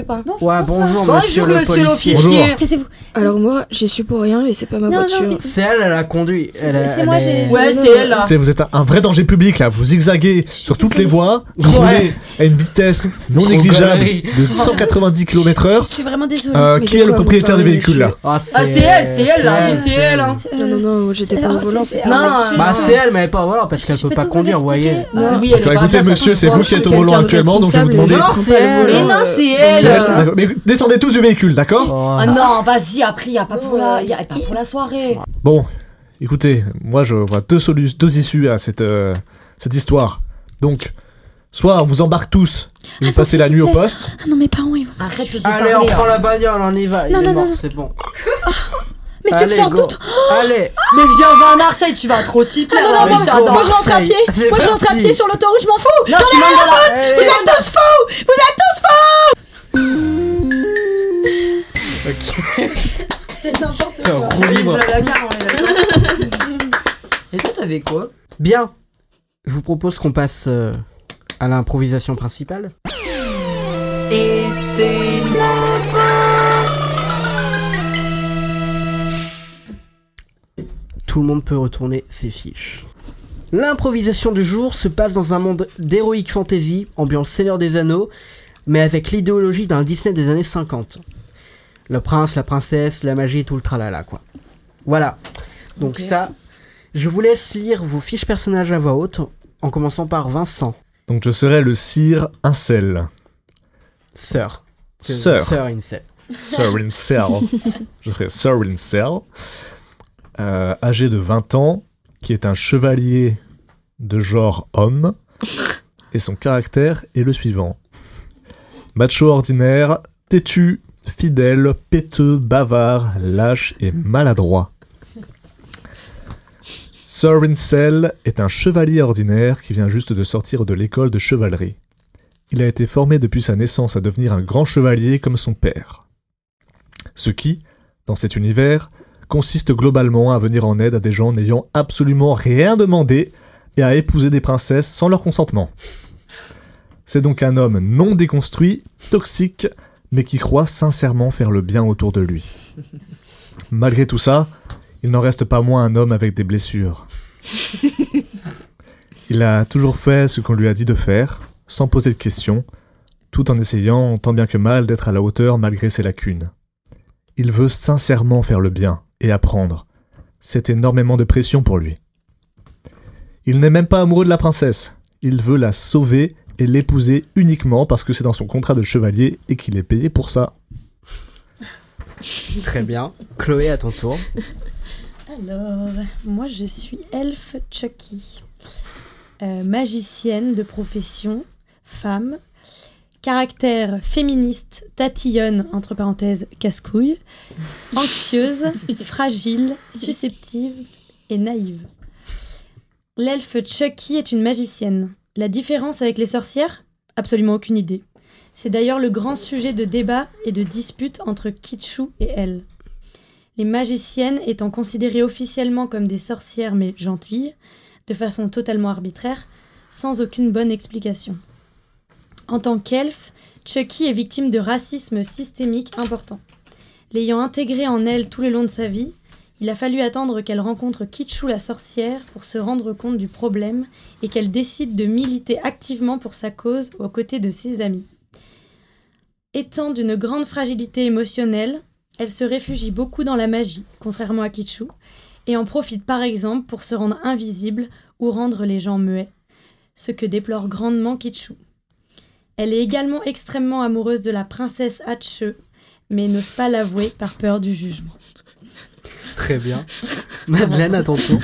ouais, bonjour, monsieur le policier. Taisez-vous. Alors moi, j'y suis pour rien et c'est pas ma Non, non, voiture. mais- C'est elle, elle a conduit. Elle a- c'est moi, elle est- j'ai- Ouais, c'est elle, là. Tu sais, vous êtes un, un vrai danger public là, vous zigzaguez sur toutes les voies, vous Ouais. roulez à une vitesse non Trop négligeable galerie. de 190 km/h. Je suis vraiment désolée. Euh, qui est le propriétaire du véhicule là Ah, Ah, c'est elle, c'est elle là, oui, c'est elle. hein. Non, non, non, j'étais pas au volant. c'est pas Non, ma voiture. Bah, c'est elle, mais elle est pas au volant parce qu'elle peut peux pas tout vous conduire, vous voyez. Non, oui, elle est Bah, pas écoutez, bien, monsieur, c'est vous qui êtes au volant quelqu'un de actuellement, donc je vais vous responsable demander. Non, c'est elle. Mais euh, non, c'est C'est elle, elle. d'accord. Mais descendez tous du véhicule, Oh. Oh. d'accord Ah non, vas-y, après, y a pas pour la, y a pas pour la soirée. Bon, écoutez, moi je vois deux solutions, deux issues à cette, euh, cette histoire. Donc, soit on vous embarque tous et vous passez la nuit au poste, Ah non, mes parents, ils vont. Arrête de te Allez, on parler. prend hein. la bagnole, on y va. Il Non, est non, mort, non. c'est bon. Mais tu te Allez, sors go. toutes. Allez, Mais viens, on va à Marseille, tu vas à trop type Ah non, non, Allez, moi, go, moi, je rentre à Marseille. pied. C'est Moi, je rentre à parti. pied sur l'autoroute, je m'en fous. Non, tu vas dans la. Vous êtes tous fous Vous êtes tous roue Allez, libre. sur la gare, on est d'accord. Et toi, t'avais quoi Bien. Je vous propose qu'on passe euh, à l'improvisation principale. Et c'est Tout le monde peut retourner ses fiches. L'improvisation du jour se passe dans un monde d'heroic fantasy, ambiance Seigneur des Anneaux, mais avec l'idéologie d'un Disney des années 50. Le prince, la princesse, la magie, tout le tralala, quoi. Voilà. Donc Ok. ça, je vous laisse lire vos fiches personnages à voix haute, en commençant par Vincent, donc je serai le sire Incel. sœur. Sœur. Sœur Incel. Sir Incel. je serai Sir Incel, euh, âgé de 20 ans, qui est un chevalier de genre homme, et son caractère est le suivant. Macho ordinaire, têtu, fidèle, péteux, bavard, lâche et maladroit. Sir Incel est un chevalier ordinaire qui vient juste de sortir de l'école de chevalerie. Il a été formé depuis sa naissance à devenir un grand chevalier comme son père. Ce qui, dans cet univers, consiste globalement à venir en aide à des gens n'ayant absolument rien demandé et à épouser des princesses sans leur consentement. C'est donc un homme non déconstruit, toxique, mais qui croit sincèrement faire le bien autour de lui. Malgré tout ça, il n'en reste pas moins un homme avec des blessures. Il a toujours fait ce qu'on lui a dit de faire, sans poser de questions, tout en essayant, tant bien que mal, d'être à la hauteur malgré ses lacunes. Il veut sincèrement faire le bien et apprendre. C'est énormément de pression pour lui. Il n'est même pas amoureux de la princesse. Il veut la sauver et l'épouser uniquement parce que c'est dans son contrat de chevalier et qu'il est payé pour ça. Très bien. Chloé, à ton tour. Alors, moi je suis elfe Chucky, Euh, magicienne de profession, femme, caractère féministe, tatillonne, entre parenthèses, casse-couille, anxieuse, fragile, susceptible et naïve. L'elfe Chucky est une magicienne. La différence avec les sorcières Absolument aucune idée. C'est d'ailleurs le grand sujet de débat et de dispute entre Kichu et elle. Les magiciennes étant considérées officiellement comme des sorcières mais gentilles, de façon totalement arbitraire, sans aucune bonne explication. En tant qu'elfe, Chucky est victime de racisme systémique important. L'ayant intégré en elle tout le long de sa vie, Il a fallu attendre qu'elle rencontre Kitschou la sorcière pour se rendre compte du problème et qu'elle décide de militer activement pour sa cause aux côtés de ses amis. Étant d'une grande fragilité émotionnelle, elle se réfugie beaucoup dans la magie, contrairement à Kitschou, et en profite par exemple pour se rendre invisible ou rendre les gens muets, ce que déplore grandement Kitschou. Elle est également extrêmement amoureuse de la princesse Hatche, mais n'ose pas l'avouer par peur du jugement. Très bien. Madeleine, à ton tour.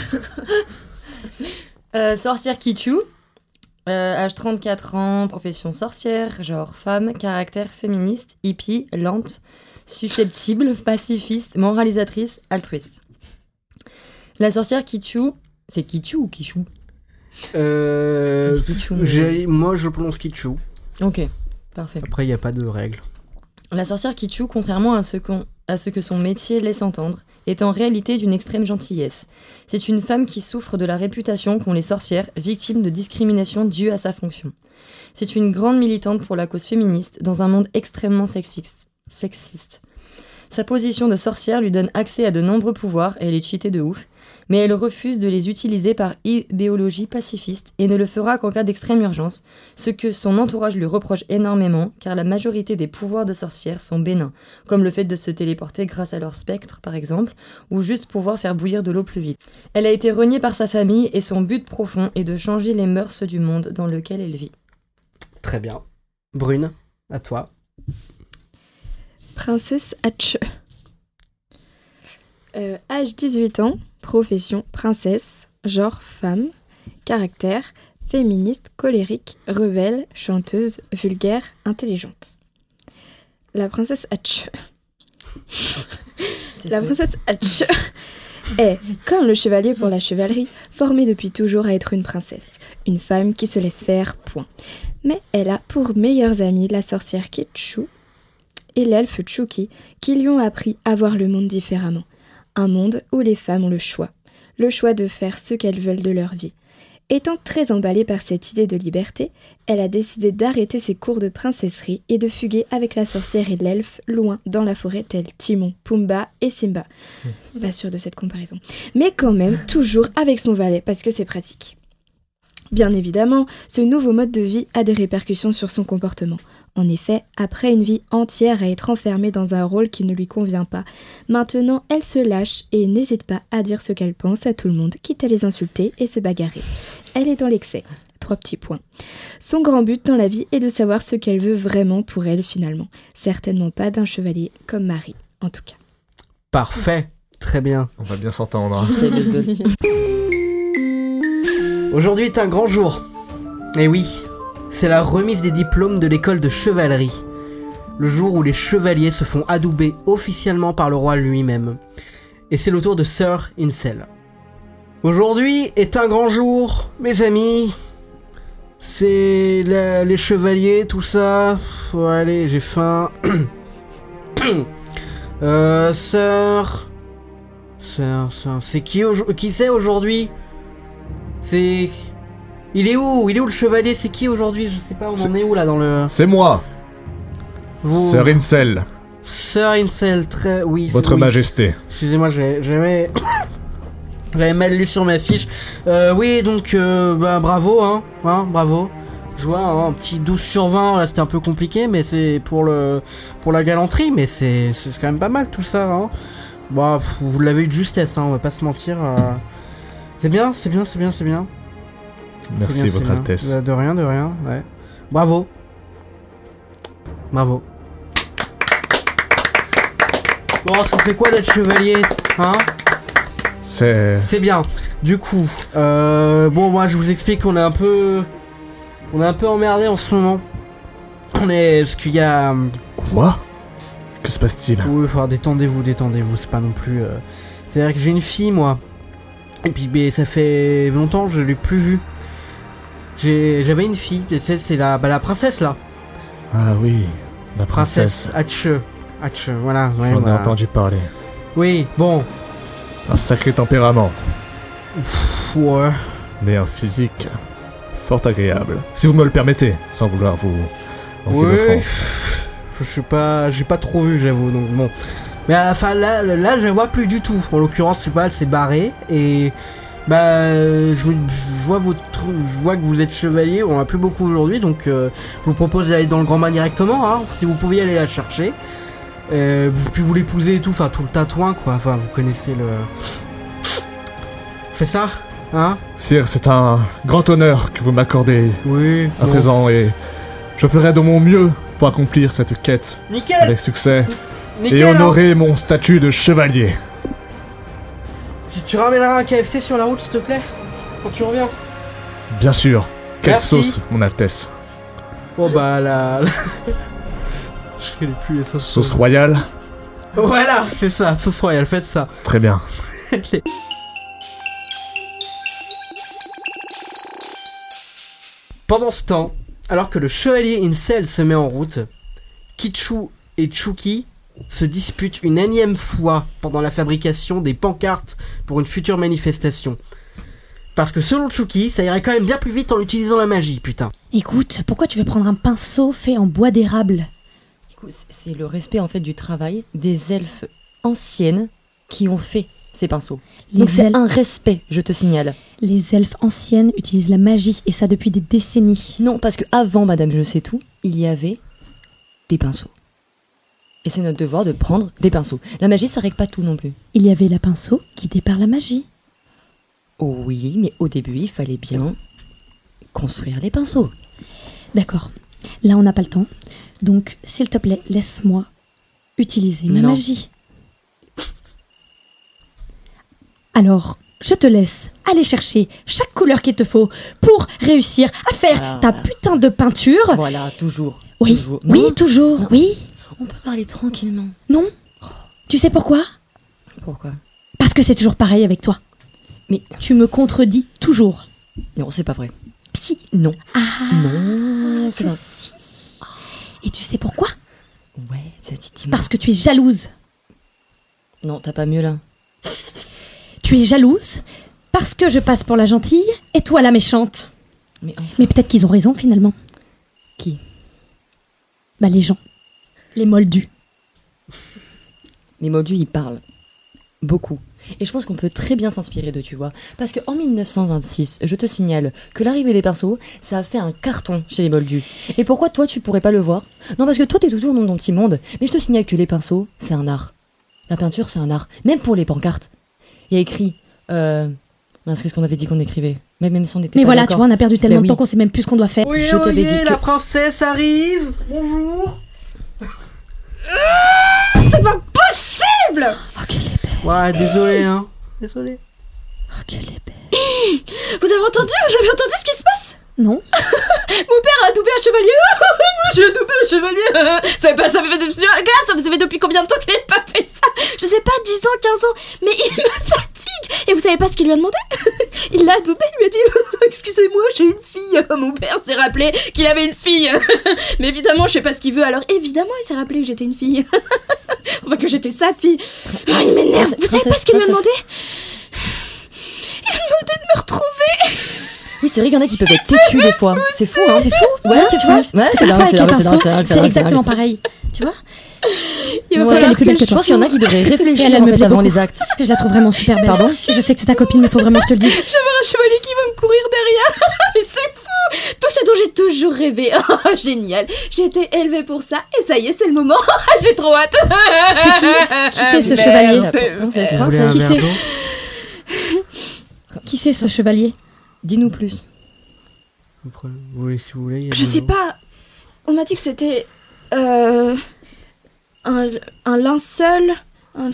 Euh, sorcière Kichu, euh, âge 34 ans, profession sorcière, genre femme, caractère féministe, hippie, lente, susceptible, pacifiste, moralisatrice, altruiste. La sorcière Kichu, c'est Kichu ou Kichu Euh, j'ai- moi, je prononce Kitschou. Ok, parfait. Après, il n'y a pas de règle. La sorcière Kichu, contrairement à ce, qu'on- à ce que son métier laisse entendre, est en réalité d'une extrême gentillesse. C'est une femme qui souffre de la réputation qu'ont les sorcières, victimes de discrimination due à sa fonction. C'est une grande militante pour la cause féministe dans un monde extrêmement sexiste. sexiste. Sa position de sorcière lui donne accès à de nombreux pouvoirs et elle est cheatée de ouf, mais elle refuse de les utiliser par idéologie pacifiste et ne le fera qu'en cas d'extrême urgence, ce que son entourage lui reproche énormément car la majorité des pouvoirs de sorcière sont bénins, comme le fait de se téléporter grâce à leur spectre par exemple, ou juste pouvoir faire bouillir de l'eau plus vite. Elle a été reniée par sa famille et son but profond est de changer les mœurs du monde dans lequel elle vit. Très bien. Brune, à toi. Princesse Hatch. Euh, âge 18 ans, profession princesse, genre femme, caractère féministe, colérique, rebelle, chanteuse, vulgaire, intelligente. La princesse Hatch. La princesse Hatch [laughs] est, comme le chevalier pour la chevalerie, formée depuis toujours à être une princesse, une femme qui se laisse faire, point. Mais elle a pour meilleures amies la sorcière Kitschou, et l'elfe Chucky qui lui ont appris à voir le monde différemment. Un monde où les femmes ont le choix. Le choix de faire ce qu'elles veulent de leur vie. Étant très emballée par cette idée de liberté, elle a décidé d'arrêter ses cours de princesserie et de fuguer avec la sorcière et l'elfe loin dans la forêt tels Timon, Pumba et Simba. Pas sûr de cette comparaison. Mais quand même, toujours avec son valet parce que c'est pratique. Bien évidemment, ce nouveau mode de vie a des répercussions sur son comportement. En effet, après une vie entière à être enfermée dans un rôle qui ne lui convient pas, maintenant elle se lâche et n'hésite pas à dire ce qu'elle pense à tout le monde, quitte à les insulter et se bagarrer. Elle est dans l'excès. Trois petits points. Son grand but dans la vie est de savoir ce qu'elle veut vraiment pour elle finalement. Certainement pas d'un chevalier comme Marie, en tout cas. Parfait. Très bien. On va bien s'entendre. hein. [laughs] Aujourd'hui est un grand jour. Et oui, c'est la remise des diplômes de l'école de chevalerie. Le jour où les chevaliers se font adouber officiellement par le roi lui-même. Et c'est le tour de Sir Incel. Aujourd'hui est un grand jour, mes amis. C'est la- les chevaliers, tout ça. Faut aller, j'ai faim. [coughs] euh, sœur. Sœur, sœur. C'est qui, aujo- qui c'est aujourd'hui C'est. Il est où Il est où le chevalier C'est qui aujourd'hui Je sais pas, on en est où là dans le. C'est moi Vous- Sir Incel, Sir Incel, très. Oui. c'est- votre oui. majesté. Excusez-moi, j'ai- j'avais. [coughs] J'avais mal lu sur ma fiche. Euh, oui, donc, euh, bah, bravo, hein, hein, bravo. Je vois hein, un petit 12 sur 20, là c'était un peu compliqué, mais c'est pour le pour la galanterie, mais c'est c'est quand même pas mal tout ça. Hein. Bah, pff, vous l'avez eu de justesse, hein, on va pas se mentir. euh. C'est bien, c'est bien, c'est bien, c'est bien. Merci, hein. C'est bien, c'est Votre bien. Altesse. De rien, de rien, ouais. Bravo. Bravo. Bon, ça fait quoi d'être chevalier Hein C'est. C'est bien. Du coup, euh, bon, moi je vous explique qu'on est un peu. On est un peu emmerdé en ce moment. On est. Parce qu'il y a. Quoi Que se passe-t-il Oui, enfin, détendez-vous, détendez-vous, c'est pas non plus. euh, C'est-à-dire que j'ai une fille, moi. Et puis, ben, ça fait longtemps, je l'ai plus vue. J'ai- J'avais une fille, et celle, c'est la, bah, la princesse là. Ah oui, la Princesse princesse. Hatche. Hatche, voilà. ouais, J'en ai voilà. entendu parler. Oui, bon. Un sacré tempérament, Pff, ouais. mais un physique fort agréable. Si vous me le permettez, sans vouloir vous manquer Ouais. d'offense. Je suis pas, j'ai pas trop vu, j'avoue. Donc bon, Mais euh, enfin là, là, je la vois plus du tout. En l'occurrence, c'est pas, elle s'est barrée et bah euh, je, me- je vois votre, je vois que vous êtes chevalier. On en a plus beaucoup aujourd'hui, donc euh, je vous propose d'aller dans le grand bain directement. hein, si vous pouviez aller la chercher, Euh, vous puis vous l'épouser et tout, enfin tout le tatouin quoi. Enfin vous connaissez le. Fais ça, hein Sire, c'est un grand honneur que vous m'accordez oui, à bon. présent et je ferai de mon mieux pour accomplir cette quête Nickel avec succès Nickel, et hein. honorer mon statut de chevalier. Tu, tu ramèneras un KFC sur la route, s'il te plaît, quand tu reviens. Bien sûr. Quelle Merci. sauce, mon Altesse Bon bah la. [laughs] la- je connais plus les sauces. Sauce royale Voilà, c'est ça, sauce royale, faites ça. Très bien. Les- Pendant ce temps, alors que le chevalier Incel se met en route, Kichu et Chuki se disputent une énième fois pendant la fabrication des pancartes pour une future manifestation. Parce que selon Chuki, ça irait quand même bien plus vite en utilisant la magie, putain. Écoute, pourquoi tu veux prendre un pinceau fait en bois d'érable Écoute, c'est- C'est le respect en fait du travail des elfes anciennes qui ont fait ces pinceaux. Les Donc c'est elfes- un respect, je te signale. Les elfes anciennes utilisent la magie, et ça depuis des décennies. Non, parce que avant Madame Je sais tout, il y avait des pinceaux. Et c'est notre devoir de prendre des pinceaux. La magie, ça règle pas tout non plus. Il y avait la pinceau qui dépare la magie. Oh oui, mais au début, il fallait bien construire les pinceaux. D'accord. Là, on n'a pas le temps. Donc, s'il te plaît, laisse-moi utiliser ma Non. magie. Alors, je te laisse aller chercher chaque couleur qu'il te faut pour réussir à faire Voilà, ta putain de peinture. Voilà, toujours. Oui, Ah. toujours. oui, Non. toujours, oui. On peut parler tranquillement. Non Tu sais pourquoi Pourquoi Parce que c'est toujours pareil avec toi. Mais tu me contredis toujours. Non, c'est pas vrai. Si. Non. Ah, non, c'est que pas- si. Et tu sais pourquoi Ouais, ça dit, dis-moi. Parce que tu es jalouse. Non, t'as pas mieux là. Tu es jalouse parce que je passe pour la gentille et toi la méchante. Mais, peut-être qu'ils ont raison finalement. Qui Bah les gens. Les moldus. Les moldus, ils parlent. Beaucoup. Et je pense qu'on peut très bien s'inspirer d'eux, tu vois. Parce qu'en 1926, je te signale que l'arrivée des pinceaux, ça a fait un carton chez les moldus. Et pourquoi toi, tu pourrais pas le voir Non, parce que toi, t'es toujours dans ton petit monde. Mais je te signale que les pinceaux, c'est un art. La peinture, c'est un art. Même pour les pancartes. Il y a écrit. Euh... mince, qu'est-ce qu'on avait dit qu'on écrivait Même, même si on était Mais pas voilà, tu d'accord. vois, on a perdu tellement Bah de oui. temps qu'on sait même plus ce qu'on doit faire. Oui, Je t'avais dit que- la princesse arrive Bonjour C'est pas possible Ouais, désolé, hein. Désolé. Vous avez entendu Vous avez entendu ce qui se passe Non. Mon père a adoubé un chevalier [laughs] J'ai adoubé un chevalier [laughs] ça fait, pas, ça, fait, ça fait depuis combien de temps qu'il n'a pas fait ça Je sais pas, 10 ans, 15 ans, mais il me [laughs] fatigue Et vous savez pas ce qu'il lui a demandé [laughs] Il l'a adoubé, il lui a dit [laughs] « Excusez-moi, j'ai une fille !» [laughs] Mon père s'est rappelé qu'il avait une fille [laughs] Mais évidemment, je sais pas ce qu'il veut, alors évidemment, il s'est rappelé que j'étais une fille [laughs] Enfin, que j'étais sa fille Ah, il m'énerve Vous savez pas ce qu'il m'a demandé Il m'a demandé de me retrouver Oui, c'est vrai qu'il y en a qui peuvent être têtus des [laughs] fois. C'est fou, hein C'est fou Ouais, c'est tu fou. vois, Ouais, c'est c'est comme toi dingue, avec les c'est dingue, c'est pinceaux, dingue, c'est dingue, c'est dingue. exactement pareil. Tu vois Il va falloir Elle est plus belle que je toi. pense qu'il y en a qui devraient réfléchir, Elle, elle en me fait, plaît avant beaucoup. les actes. Je la trouve vraiment super belle. Pardon Je sais que c'est ta copine, mais faut vraiment que je te le dise. Je vais avoir un chevalier qui va me courir derrière. [laughs] Mais c'est fou Tout ce dont j'ai toujours rêvé. [laughs] Ah, Génial. J'ai été élevée pour ça. Et ça y est, c'est le moment. [laughs] j'ai trop hâte. C'est qui Qui [laughs] c'est ce chevalier Princesse, Vous princesse. voulez un verre Qui c'est ce chevalier Dis-nous plus. Oui, si vous voulez. il y [laughs] a Je de sais l'eau. pas. On m'a dit que c'était euh, un, un linceul. Un-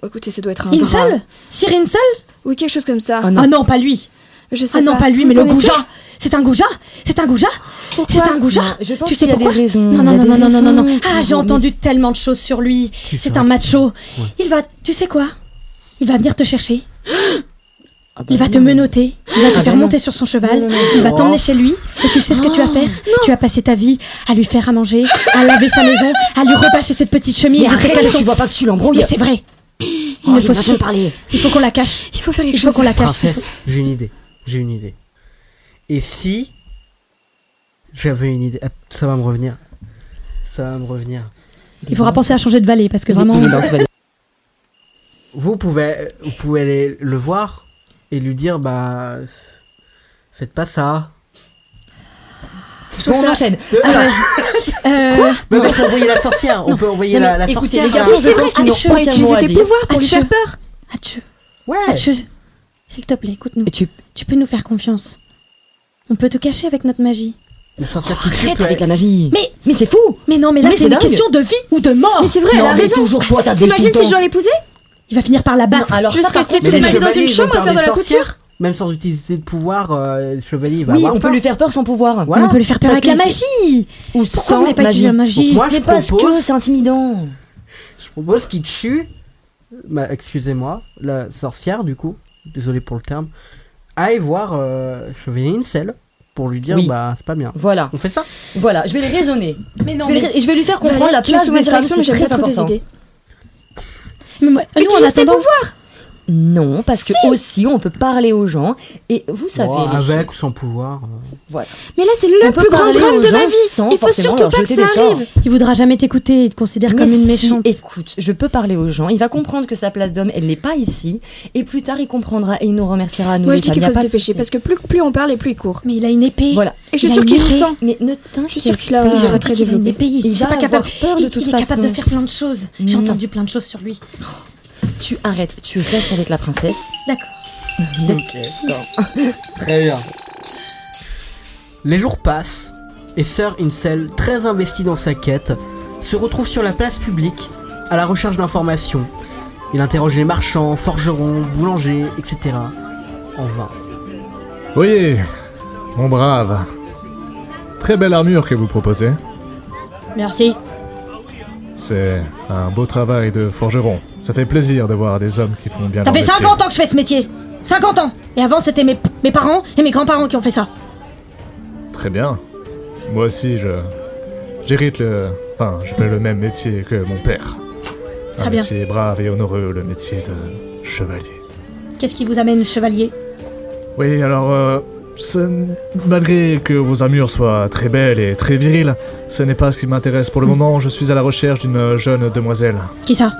Oh, écoutez, ça doit être un. Une drap. seule Sir une seule Oui, quelque chose comme ça. Ah non. pas lui. Je sais Ah non, pas lui, Vous mais le connaissez goujat C'est un goujat C'est un goujat C'est un goujat Je pense Tu sais qu'il y a des pourquoi raisons, Non, non, Mmh, il y a non, des non, non, non, non, non. raisons Ah, j'ai toujours, entendu tellement de choses sur lui. C'est un macho. Il va, tu sais quoi Il va venir te chercher. Ah bah il va te menotter, il va te Ah faire bah non. monter sur son cheval, Non, non, non. il va t'emmener Oh. chez lui, et tu sais ce que tu vas faire Tu vas passer ta vie à lui faire à manger, à laver sa maison, à lui repasser cette petite chemise Mais et ses arrête, caleçons. tu vois pas que tu l'embrouilles. Mais c'est vrai. Il Oh, ne j'ai faut pas se- de parler. Il faut qu'on la cache. Il faut faire quelque Il faut chose. qu'on la cache. Princesse, j'ai une idée. J'ai une idée. Et si. J'avais une idée. Ah, Ça va me revenir. Ça va me revenir. Il faudra penser à changer de valet parce que vraiment. Vous pouvez, vous pouvez aller le voir et lui dire bah faites pas ça. Je trouve que ça enchaîne. Ah ouais. euh, Quoi Mais on peut envoyer la sorcière. On peut envoyer Non, la, mais la écoutez, sorcière. hein. les garçons, Oui, c'est je vrai, pense qu'ils n'ont Atcheu, pas aucun mot à dire. pour lui Atcheu. faire peur. Atcheu. Ouais. Atcheu, s'il te plaît, écoute-nous. Tu... peux nous faire confiance. On peut te cacher avec notre magie. La sorcière qui Arrête tue, avec ouais. la magie. Mais mais c'est fou. Mais non, mais là, Mais c'est c'est une dingue. question de vie ou de mort. Mais c'est vrai, Non, elle a mais raison. toujours toi, t'as des T'imagines tout le si je temps. l'ai épousée Il va finir par la battre. alors Je ça, serais par restée contre, toute les ma vie dans chevaliers une vont chambre à par faire de des la sorcières. couture. Même sans utiliser de pouvoir, euh, le chevalier il va Oui, avoir on peut peur. lui faire peur sans pouvoir. Voilà. Mais on peut lui faire peur Parce avec la que magie. Ou Pourquoi sans on n'a pas magie. utilisé la magie Donc moi, mais je parce propose- que c'est intimidant. Je propose qu'il tue, bah, excusez-moi, la sorcière du coup, désolé pour le terme, aille voir euh, Chevalier Incel pour lui dire Oui. bah c'est pas bien. Voilà. On fait ça Voilà, je vais les raisonner. Mais non, je vais, mais- les- et je vais lui faire comprendre Voilà, la tu me place sous ma des femmes, direction, c'est mais j'aime très pas trop tes important. idées. Mais moi, nous, en Utilise tes attendant. pouvoirs. Non, parce que aussi on peut parler aux gens et vous savez Bon, les filles, avec ou sans pouvoir. euh. voilà. Mais là, c'est On le peut plus grand parler drame aux de ma gens vie. sans Il faut forcément surtout leur pas que jeter ça des sorts. arrive. Il voudra jamais t'écouter. Il te considère comme Mais une si, méchante. écoute, je peux parler aux gens, il va comprendre que sa place d'homme, elle n'est pas ici, et plus tard il comprendra et il nous remerciera à nous. Moi, les je dis femmes, qu'il y a faut se pas de dépêcher souci. parce que plus, plus on parle et plus il court. Mais il a une épée. Voilà. Et je suis Il a sûre une qu'il épée. ressent. Mais ne t'inquiète Je suis sûre qu'il a pas. il est très Il a une développé. épée. Il, Il il est va pas capable. avoir peur de il- toute il est capable de façon. faire plein de choses. J'ai Non. entendu plein de choses sur lui. Tu arrêtes, tu restes avec la princesse. D'accord. Ok, d'accord. Très bien. Les jours passent et Sir Incel, très investi dans sa quête, se retrouve sur la place publique à la recherche d'informations. Il interroge les marchands, forgerons, boulangers, etc. En vain. Oui, mon brave. Très belle armure que vous proposez. Merci. C'est un beau travail de forgeron. Ça fait plaisir de voir des hommes qui font bien Ça leur fait métier. 50 ans que je fais ce métier. 50 ans. Et avant, c'était mes, mes parents et mes grands-parents qui ont fait ça. Très bien. Moi aussi, je j'hérite le, enfin, je fais le même métier que mon père. Un Très bien. métier brave et honoreux, le métier de chevalier. Qu'est-ce qui vous amène, chevalier Oui, alors, euh, ce- malgré que vos armures soient très belles et très viriles, ce n'est pas ce qui m'intéresse Mm. pour le moment. Je suis à la recherche d'une jeune demoiselle, Qui ça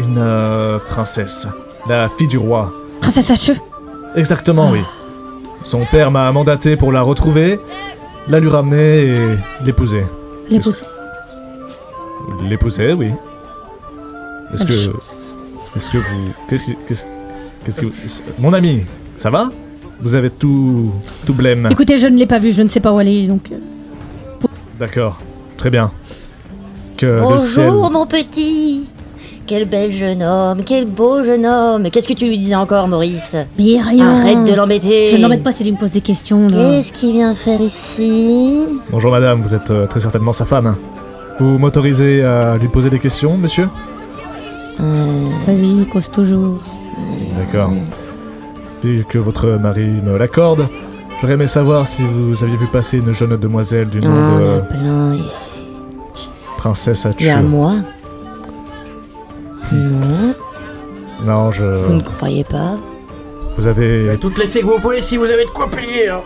une euh, princesse, la fille du roi. Princesse H. E, Exactement, Ah. oui. Son père m'a mandaté pour la retrouver, la lui ramener et l'épouser. L'épouse. L'épouser, oui. Est-ce Quelle que. Est-ce que vous. Qu'est-ce qui- qu'est-ce- qu'est-ce qui vous- Mon ami, ça va Vous avez tout. tout blême. Écoutez, je ne l'ai pas vue, je ne sais pas où elle est, donc. euh, D'accord, très bien. Que Euh, le ciel. Bonjour mon petit Quel bel jeune homme, quel beau jeune homme Qu'est-ce que tu lui disais encore Maurice Mais rien. Arrête de l'embêter Je ne l'embête pas s'il me pose des questions, là. Qu'est-ce qu'il vient faire ici Bonjour madame, vous êtes euh, très certainement sa femme. Vous m'autorisez à lui poser des questions, monsieur Vas-y, cause toujours. D'accord. Dès que votre mari me l'accorde, j'aurais aimé savoir si vous aviez vu passer une jeune demoiselle du Ah, nom on de a plein ici. Princesse Il y Hatchu. a moi Non, Non, vous ne je. croyez pas Vous avez. Toutes les filles que vous pouvez, si vous avez de quoi payer. hein.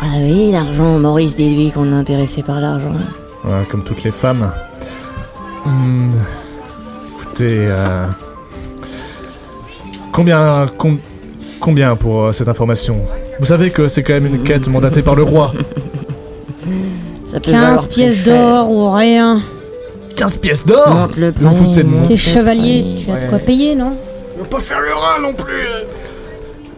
Ah oui, l'argent, Maurice dit-lui qu'on est intéressé par l'argent. Voilà, comme toutes les femmes. Hmm, Écoutez. euh, Combien. com- Combien pour euh, cette information Vous savez que c'est quand même une quête mandatée par le roi. Ça peut valoir 15 très pièces cher. d'or ou rien. 15 pièces d'or Monte le Vous en prix, foutez de moi. monte T'es le chevalier, prix. tu as de Ouais. quoi payer, non On peut faire le rat non plus. euh.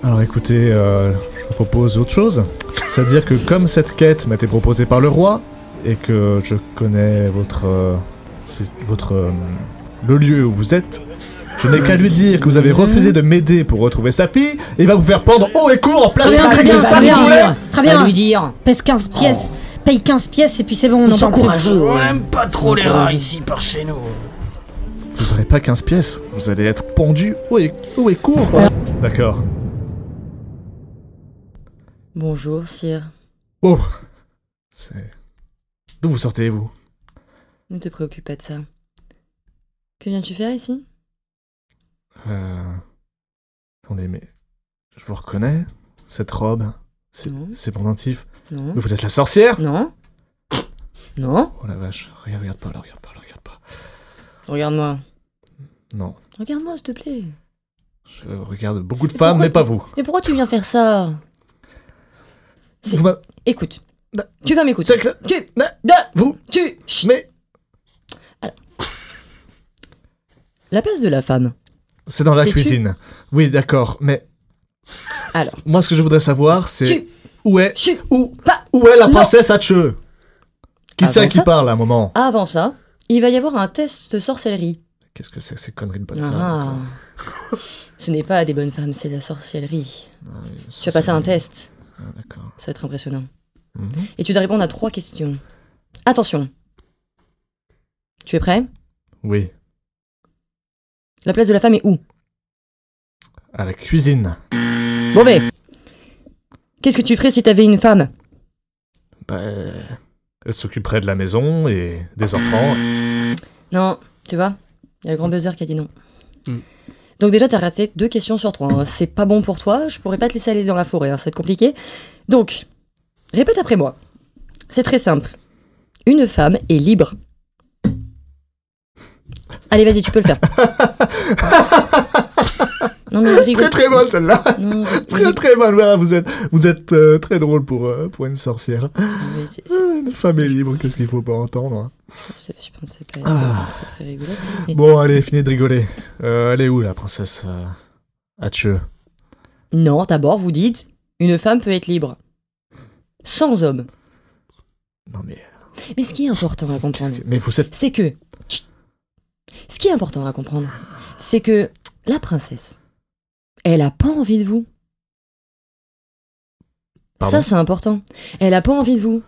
Alors écoutez, euh, je vous propose autre chose. C'est-à-dire que comme cette quête m'a été proposée par le roi, et que je connais votre... euh, c'est- votre... euh, le lieu où vous êtes, je n'ai qu'à lui dire que vous avez refusé de m'aider pour retrouver sa fille, et il va vous faire pendre haut et court en place Très bien, publique, très bien, c'est ça, très vous bien. voulez Très bien. Va lui dire. Oh. Pèse 15 pièces. Paye 15 pièces et puis c'est bon, on Ils en sont parle plus. courageux. On ouais. aime pas trop les rats ici par chez nous. Vous aurez pas 15 pièces, vous allez être pendu haut et, haut et court. parce- D'accord. Bonjour, sire. Oh C'est... D'où vous sortez, vous Ne te préoccupe pas de ça. Que viens-tu faire ici Euh... Attendez, mais... Je vous reconnais Cette robe C'est, Non. c'est mon dentif Non. Mais vous êtes la sorcière Non. Non. Oh la vache, regarde, regarde pas, là, regarde pas, là, regarde pas. Regarde-moi. Non. Regarde-moi, s'il te plaît. Je regarde beaucoup de femmes, mais pas vous. Mais pourquoi tu viens faire ça C'est- Vous m'a- Écoute. Bah, Tu vas m'écouter. Tu. De. Vous. Tu. Mais. Alors. La place de la femme. C'est dans la Sais-tu cuisine. Oui, d'accord, mais. Alors. Moi, ce que je voudrais savoir, c'est. Où est. Où. Pas. Où est la Non. princesse Hatcheux Qui Ah, c'est bon, qui ça parle à un moment Avant ça, il va y avoir un test de sorcellerie. Qu'est-ce que c'est que ces conneries de bonne femme Ah. Ce n'est pas des bonnes femmes, c'est de la sorcellerie. tu vas sorcellerie. passer un test. Ah, d'accord. Ça va être impressionnant. Mhm. Et tu dois répondre à trois questions. Attention. Tu es prêt Oui, La place de la femme est où à la cuisine. Mauvais. Qu'est-ce que tu ferais si t'avais une femme Bah. euh, Elle s'occuperait de la maison et des enfants. Non, tu vois, il y a le grand buzzer qui a dit non. Mm. Donc déjà, t'as raté deux questions sur trois. hein. C'est pas bon pour toi, je pourrais pas te laisser aller dans la forêt, hein, ça va être compliqué. Donc, répète après moi. C'est très simple. Une femme est libre. Allez, vas-y, tu peux le [laughs] faire. non, mais rigole. Très très bonne [laughs] celle-là. très très bonne. Voilà, vous êtes, vous êtes euh, très drôle pour, euh, pour une sorcière. Mais c'est- c'est- Ah, Une femme est libre, qu'est-ce qu'il faut pas entendre hein. c'est- Je pense que c'est pas Ah. très, très rigolo. Mais- Bon, allez, finis de rigoler. Euh, elle est où la princesse euh, Hatcheux Non, d'abord, vous dites, une femme peut être libre. Sans homme. Non, mais. Mais ce qui est important à comprendre, Mais vous êtes. c'est que. Chut. Ce qui est important à comprendre, c'est que la princesse, elle a pas envie de vous. Pardon ça, c'est important. Elle a pas envie de vous.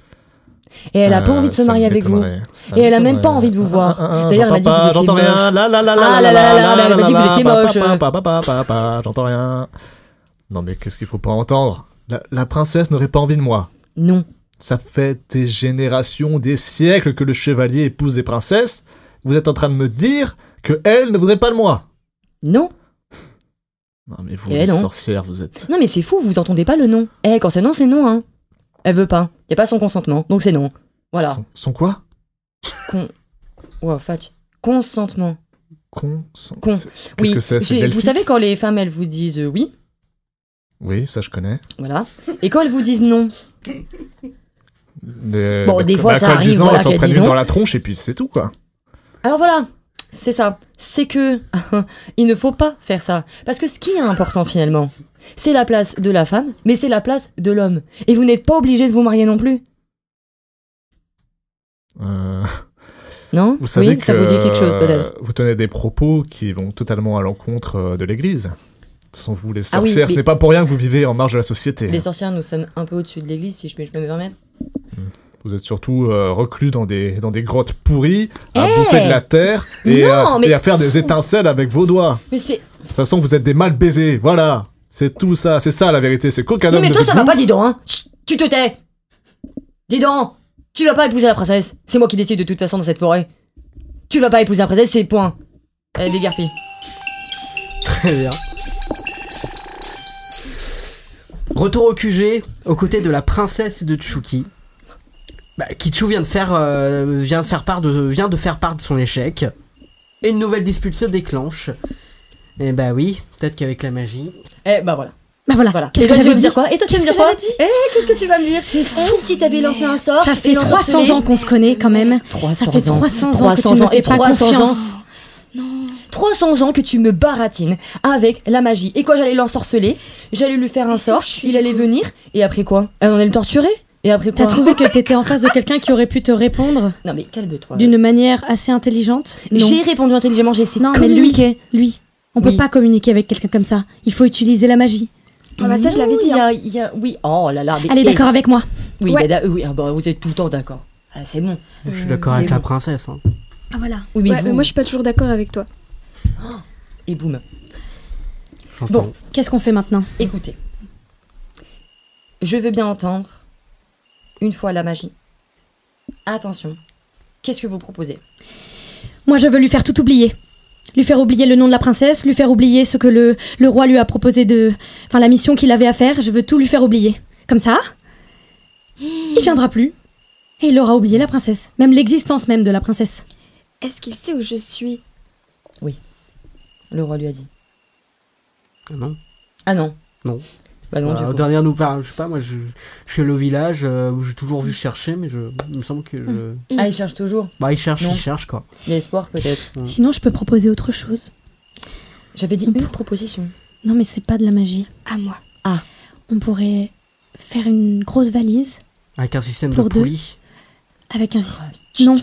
Et elle a pas Euh, envie de se ça marier avec vous. m'étonnerait. Ça Et elle a même pas m'étonnerait. envie de vous voir. ah, D'ailleurs, elle m'a dit que Papa, vous étiez j'entends moche. rien. Là, là, là, là, ah là, là, là, là, là, elle m'a dit que vous là, étiez papa, moche. papa, papa, papa, papa, j'entends rien. Non, mais qu'est-ce qu'il faut pas entendre la, la princesse n'aurait pas envie de moi. Non. Ça fait des générations, des siècles que le chevalier épouse des princesses. Vous êtes en train de me dire que elle ne voudrait pas de moi. Non. Non, mais vous, Eh les non. sorcières, vous êtes. Non, mais c'est fou, vous entendez pas le non. Eh, quand c'est non, c'est non, hein. Elle veut pas. Y a pas son consentement, donc c'est non. Voilà. Son, son quoi Con. Wow, Fatch. Consentement. Con. son- Con. c'est- Qu'est-ce oui. que c'est J'ai- C'est Vous delphique savez, quand les femmes, elles vous disent euh, oui, Oui, ça je connais. voilà. Et quand elles vous disent non, Mais- Bon, bah, des bah, fois, ça quand elles arrive, disent non, voilà, elles s'en qu'elles prennent disent une non. dans la tronche et puis c'est tout quoi. Alors voilà, c'est ça. C'est que [laughs] il ne faut pas faire ça. Parce que ce qui est important finalement, c'est la place de la femme, mais c'est la place de l'homme. Et vous n'êtes pas obligé de vous marier non plus. Euh, Non Vous savez Oui, que ça vous dit quelque chose, peut-être. euh, Vous tenez des propos qui vont totalement à l'encontre euh, de l'Église. Sans vous, les Ah oui, sorcières, ce les- n'est pas pour rien que vous vivez en marge de la société. Les sorcières, nous sommes un peu au-dessus de l'église, si je peux je peux me permettre. Vous êtes surtout euh, reclus dans des, dans des grottes pourries, à Eh bouffer de la terre et, Non, euh, mais- et à faire des étincelles avec vos doigts. Mais c'est. De toute façon, vous êtes des mal baisés, voilà. C'est tout ça, c'est ça la vérité, c'est qu'aucun Non, homme mais ne toi, veut ça de va vous. pas, dis donc, hein Chut, Tu te tais Dis donc Tu vas pas épouser la princesse C'est moi qui décide de toute façon dans cette forêt. Tu vas pas épouser la princesse, c'est point. Eh, Elle est dégarpie. Très bien. Retour au QG, aux côtés de la princesse et de Tchouki. Bah, Kichu vient de faire, euh, vient, faire part de, vient de faire part de son échec. Et une nouvelle dispute se déclenche. Et bah oui, peut-être qu'avec la magie. Eh bah voilà. Bah voilà. Voilà. Qu'est-ce Et que toi, tu j'avais vas me dire dit quoi Et toi, tu vas Qu'est-ce me dire que quoi j'avais dit Eh, qu'est-ce que tu vas me dire C'est fou si t'avais lancé un sort. Ça et fait l'ensorcelé. 300 ans qu'on se connaît quand même. Ça 300 fait ans. 300 ans que 300 tu me ans. fais Et pas 300 confiance. ans. 300 ans que tu me baratines avec la magie. Et quoi, j'allais l'ensorceler, j'allais lui faire un sort, il allait venir, et après quoi Elle en allait le torturer Et après quoi T'as trouvé que t'étais en face de quelqu'un qui aurait pu te répondre Non mais calme-toi. d'une manière assez intelligente Non. J'ai répondu intelligemment, j'ai essayé de Non, mais lui, communiquer. lui, on peut pas communiquer avec quelqu'un comme ça. Il faut utiliser la magie. Ah bah ça, je l'avais dit, il y a- il y a- Oui, oh là là. mais- Allez, et- hein. d'accord avec moi. Oui, Ouais. bah, da- oui, ah bah, vous êtes tout le temps d'accord. Ah, c'est bon. Je suis d'accord avec la princesse. hein. Ah voilà. Oui, mais Ouais, vous- Oh, mais moi je suis pas toujours d'accord avec toi. Et boum. J'entends. Bon, Qu'est-ce qu'on fait maintenant Écoutez, je veux bien entendre une fois la magie. Attention, qu'est-ce que vous proposez Moi, je veux lui faire tout oublier. Lui faire oublier le nom de la princesse, lui faire oublier ce que le, le roi lui a proposé de. Enfin, la mission qu'il avait à faire, je veux tout lui faire oublier. Comme [gasps] ça, il viendra plus. Et il aura oublié la princesse, même l'existence même de la princesse. Est-ce qu'il sait où je suis Le roi lui a dit. Non. Ah non. Non. Bah non, du Euh, coup. dernière nous parle, je sais pas, moi je, je suis allé au village euh, où j'ai toujours vu chercher, mais je, il me semble que je. Ah, il cherche toujours. Bah, il cherche, Non. il cherche quoi. Il y a espoir peut-être. Ouais. Sinon, je peux proposer autre chose. J'avais dit une proposition. Non, mais c'est pas de la magie. À moi. Ah. On pourrait faire une grosse valise Avec un système pour de deux poulies. avec un. Oh, non,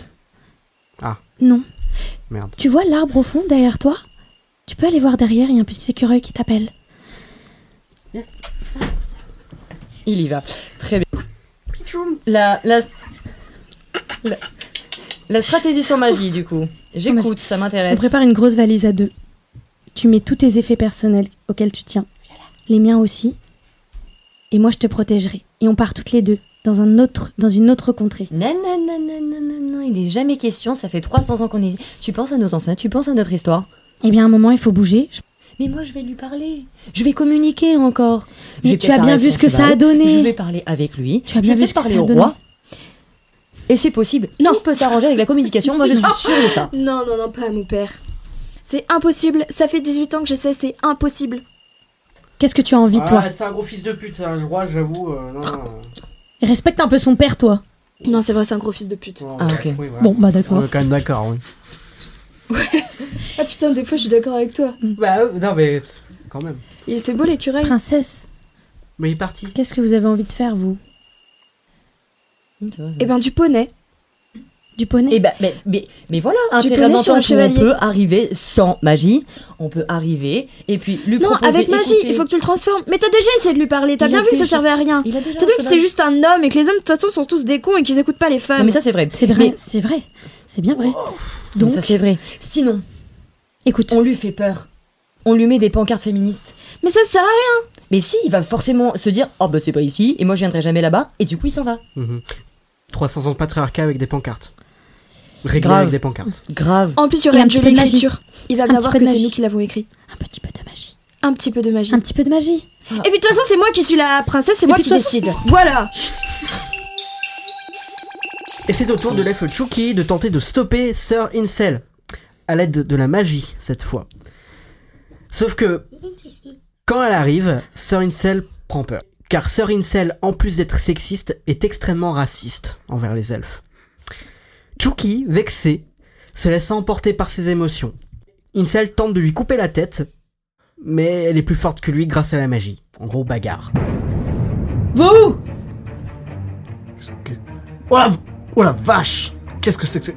Ah, non. merde. Tu vois l'arbre au fond derrière toi Tu peux aller voir derrière, il y a un petit écureuil qui t'appelle. Il y va. Très bien. La, la, la, la stratégie sans magie, du coup. J'écoute, ça On m'intéresse. prépare une grosse valise à deux. Tu mets tous tes effets personnels auxquels tu tiens. Les miens aussi. Et moi, je te protégerai. Et on part toutes les deux dans un autre, dans une autre contrée. Non, non, non, non, non, non, non, il n'est jamais question, ça fait 300 ans qu'on est... Tu penses à nos anciens, tu penses à notre histoire Eh bien, à un moment, il faut bouger. Je- Mais moi, je vais lui parler. Je vais communiquer encore. Mais J'ai tu peut-être as bien la vu ce que responsable. ça a donné. Je vais parler avec lui. Tu as bien je vu vais ce peut-être que ça parler a au donné. roi. Et c'est possible. Non. Tout peut s'arranger avec la communication. Moi, je suis sûre de ça. Non, non, non, pas à mon père. C'est impossible. Ça fait 18 ans que j'essaie, c'est impossible. Qu'est-ce que tu as envie, toi Ah, c'est un gros fils de pute, ça, je crois, j'avoue. euh, Respecte un peu son père, toi. Non, c'est vrai, c'est un gros fils de pute. Ah, ok. Bon, bah d'accord. On est quand même d'accord, oui. Ah putain, des fois, je suis d'accord avec toi. Bah, euh, non, mais quand même. Il était beau l'écureuil. Princesse, Mais il est parti. qu'est-ce que vous avez envie de faire, vous Eh ben, du poney. Du poney Et ben, mais, mais, mais voilà, un Du terrain poney sur un d'entente où on chevalier. peut arriver sans magie. On peut arriver et puis lui Non, proposer... avec magie, écoutez, il faut que tu le transformes. Mais t'as déjà essayé de lui parler, t'as Il bien a vu que ça déjà- servait à rien. Il a T'as déjà vu un que c'était cheval. juste un homme et que les hommes de toute façon sont tous des cons et qu'ils écoutent pas les femmes. Non, mais ça, c'est vrai. C'est vrai, Mais- c'est vrai. C'est bien vrai. Oh, Mais Donc, ça c'est vrai. Sinon, écoute, on lui fait peur. On lui met des pancartes féministes. Mais ça sert à rien. Mais si, il va forcément se dire Oh bah c'est pas ici, et moi je viendrai jamais là-bas, et du coup il s'en va. 300 ans de patriarcat avec des pancartes. Réglé Grave. avec des pancartes. Grave. En plus, il y Et aurait un une petit jolie peu de magie. écriture. Il va Un bien petit voir peu que de c'est magie. nous qui l'avons écrit. un petit peu de magie. Un petit peu de magie. Un petit peu de magie. Et puis de toute façon, c'est moi qui suis la princesse, c'est moi puis, qui de toute façon, décide. Voilà. Et c'est au tour de l'elfe Chucky de tenter de stopper Sir Incel. À l'aide de la magie, cette fois. Sauf que, quand elle arrive, Sir Incel prend peur. Car Sir Incel, en plus d'être sexiste, est extrêmement raciste envers les elfes. Chucky, vexé, se laisse emporter par ses émotions. Incel tente de lui couper la tête, mais elle est plus forte que lui grâce à la magie. En gros, bagarre. Vous Oh la, oh la vache Qu'est-ce que c'est que c'est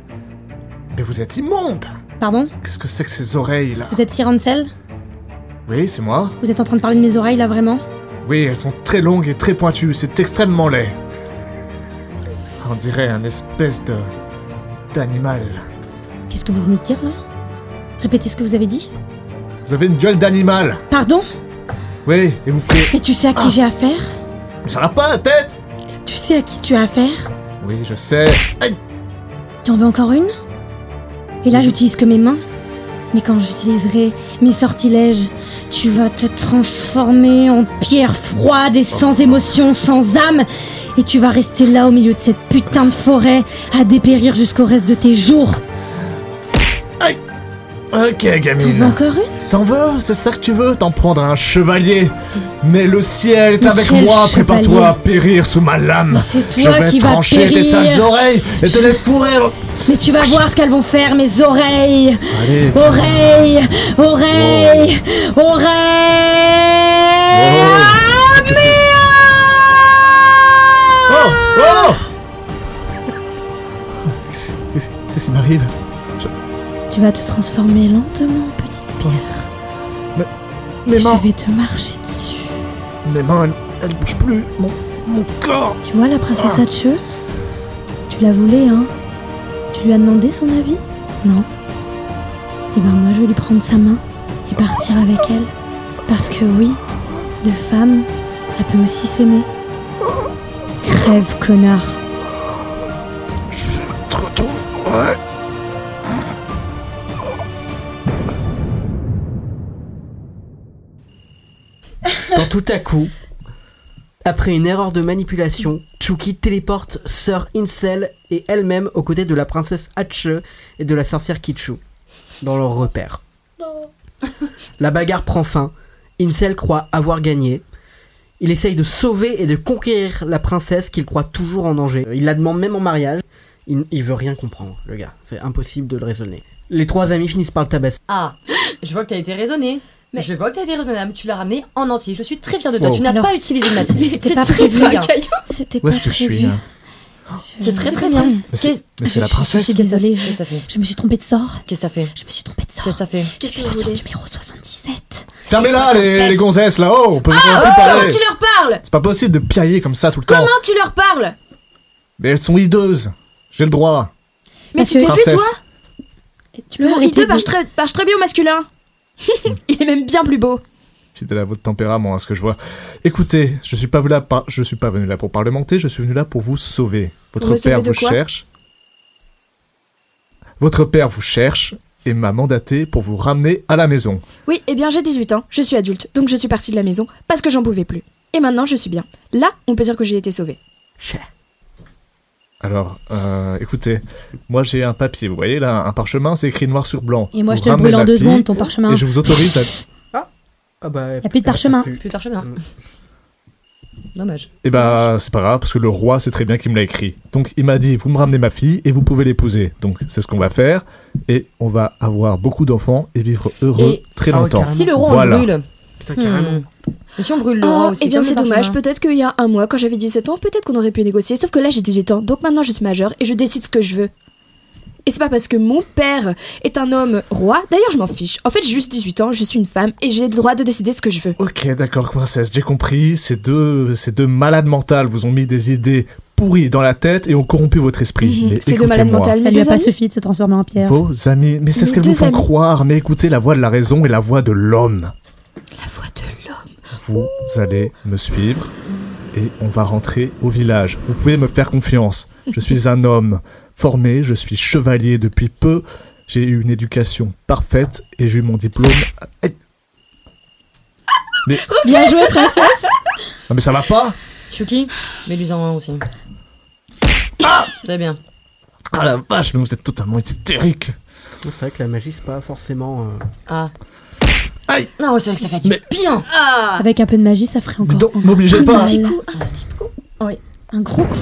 Mais vous êtes immonde Pardon Qu'est-ce que c'est que ces oreilles là Vous êtes Cyrensel Oui, c'est moi. Vous êtes en train de parler de mes oreilles là vraiment Oui, elles sont très longues et très pointues, c'est extrêmement laid. On dirait un espèce de. d'animal. Qu'est-ce que vous venez de dire là Répétez ce que vous avez dit Vous avez une gueule d'animal Pardon Oui, et vous ferez. Mais tu sais à Ah. qui j'ai affaire Ça va pas la tête Tu sais à qui tu as affaire Oui, je sais. Tu en veux encore une Et là j'utilise que mes mains. Mais quand j'utiliserai mes sortilèges, tu vas te transformer en pierre froide et sans émotion, sans âme. Et tu vas rester là au milieu de cette putain de forêt à dépérir jusqu'au reste de tes jours. Ok, T'en veux gamine. encore une T'en veux C'est ça que tu veux T'en prendre un chevalier Mais le ciel est Mais avec quel moi, prépare-toi chevalier à périr sous ma lame Mais c'est Je toi vais qui vas trancher tes périr. sales oreilles et te Je- les pourrir dans- Mais tu vas voir ce qu'elles vont faire, mes oreilles Allez, Oreilles Oreilles Eh, Oreilles Qu'est-ce que- Oh Oh Qu'est-ce qu'est-ce- qu'est-ce qui m'arrive Tu vas te transformer lentement en petite pierre. Mes mains, Je vais te marcher dessus. mes mains, elles, elles bougent plus. Mon, mon corps. Tu vois la Ah. princesse Hatcheux Tu la voulais, hein Tu lui as demandé son avis Non. Eh ben moi je vais lui prendre sa main et partir avec elle. Parce que oui, de femme, ça peut aussi s'aimer. Crève connard. Je te retrouve. Ouais. Quand tout à coup, après une erreur de manipulation, Chucky téléporte Sir Incel et elle-même aux côtés de la princesse Hatche et de la sorcière Kichu dans leur repère. La bagarre prend fin. Incel croit avoir gagné. Il essaye de sauver et de conquérir la princesse qu'il croit toujours en danger. Il la demande même en mariage. Il, il veut rien comprendre, le gars. C'est impossible de le raisonner. Les trois amis finissent par le tabasser. Ah, [gasps] je vois que t'as été raisonné. Je vois que t'as été raisonnable. Tu l'as ramené en entier. Je suis très fière de toi. Wow. Tu n'as Alors, pas utilisé [laughs] de massif. c'était C'est pas très prévu, très bien. un caillou. C'était Où pas est-ce que je suis, prévu. là hein. C'est très très bien. Mais c'est- mais c'est la princesse. Qu'est-ce que t'as fait Qu'est-ce que t'as fait Je me suis trompée de sort. Qu'est-ce que t'as fait Je me suis trompée de sort. Qu'est-ce que t'as fait Qu'est-ce que le sort numéro 77 Fermez-la, les, les gonzesses, là-haut On peut on peut Ah, plus oh, parler comment tu leur parles C'est pas possible de piailler comme ça tout le Comment temps tu leur parles Mais elles sont hideuses J'ai le droit Mais tu t'es vu, Princesse. toi Tu peux Il te marche très, marche très bien au masculin. [laughs] Il est même bien plus beau. Fidèle à votre tempérament, à ce que je vois. Écoutez, je suis pas venu là, par- je suis pas venu là pour parlementer, je suis venu là pour vous sauver. Votre Pour me sauver père de vous quoi cherche. Votre père vous cherche et m'a mandaté pour vous ramener à la maison. Oui, eh bien j'ai 18 ans, je suis adulte, donc je suis partie de la maison parce que j'en pouvais plus. Et maintenant je suis bien. Là, on peut dire que j'ai été sauvée. Alors, euh, écoutez, moi j'ai un papier, vous voyez là, un parchemin, c'est écrit noir sur blanc. Et moi, Vous je te le ramenez brûle en la deux fille secondes, ton parchemin. Et je vous autorise à. Ah bah, Y'a plus de parchemin. Plus de parchemin. Mm. Dommage. Eh bah, c'est pas grave, parce que le roi sait très bien qu'il me l'a écrit. Donc, il m'a dit, vous me ramenez ma fille et vous pouvez l'épouser. Donc, c'est ce qu'on va faire. Et on va avoir beaucoup d'enfants et vivre heureux Et- très Ah ouais, longtemps. carrément. Si le roi, on le voilà. brûle. Putain, carrément. Et si on brûle le Oh, roi aussi eh bien comme c'est le parchemin. dommage, peut-être qu'il y a un mois, quand j'avais 17 ans, peut-être qu'on aurait pu négocier, sauf que là j'ai 18 ans, donc maintenant je suis majeure et je décide ce que je veux. Et c'est pas parce que mon père est un homme roi, d'ailleurs je m'en fiche. En fait j'ai juste 18 ans, je suis une femme et j'ai le droit de décider ce que je veux. Ok, d'accord, princesse, j'ai compris. Ces deux, ces deux malades mentales vous ont mis des idées pourries dans la tête et ont corrompu votre esprit. Mais Mhm. Ces deux malades écoutez-moi. mentales, Ça mes lui a deux pas amis suffi de se transformer en pierre. Vos amis, mais c'est ce Mes qu'elles vous deux font amis. croire. Mais écoutez la voix de la raison et la voix de l'homme. Vous allez me suivre et on va rentrer au village. Vous pouvez me faire confiance. Je suis un homme formé, je suis chevalier depuis peu. J'ai eu une éducation parfaite et j'ai eu mon diplôme. Aïe. Mais, Bien joué, princesse non Ah, mais ça va pas Chucky, mets-lui-en un aussi. Très bien. Ah la vache, mais vous êtes totalement hystérique C'est vrai que la magie, c'est pas forcément. euh, Ah. Aïe Non, c'est vrai que ça fait du bien Avec un peu de magie, ça ferait encore. m'obligez un pas. Petit coup, un tout petit coup. oui. Un gros coup.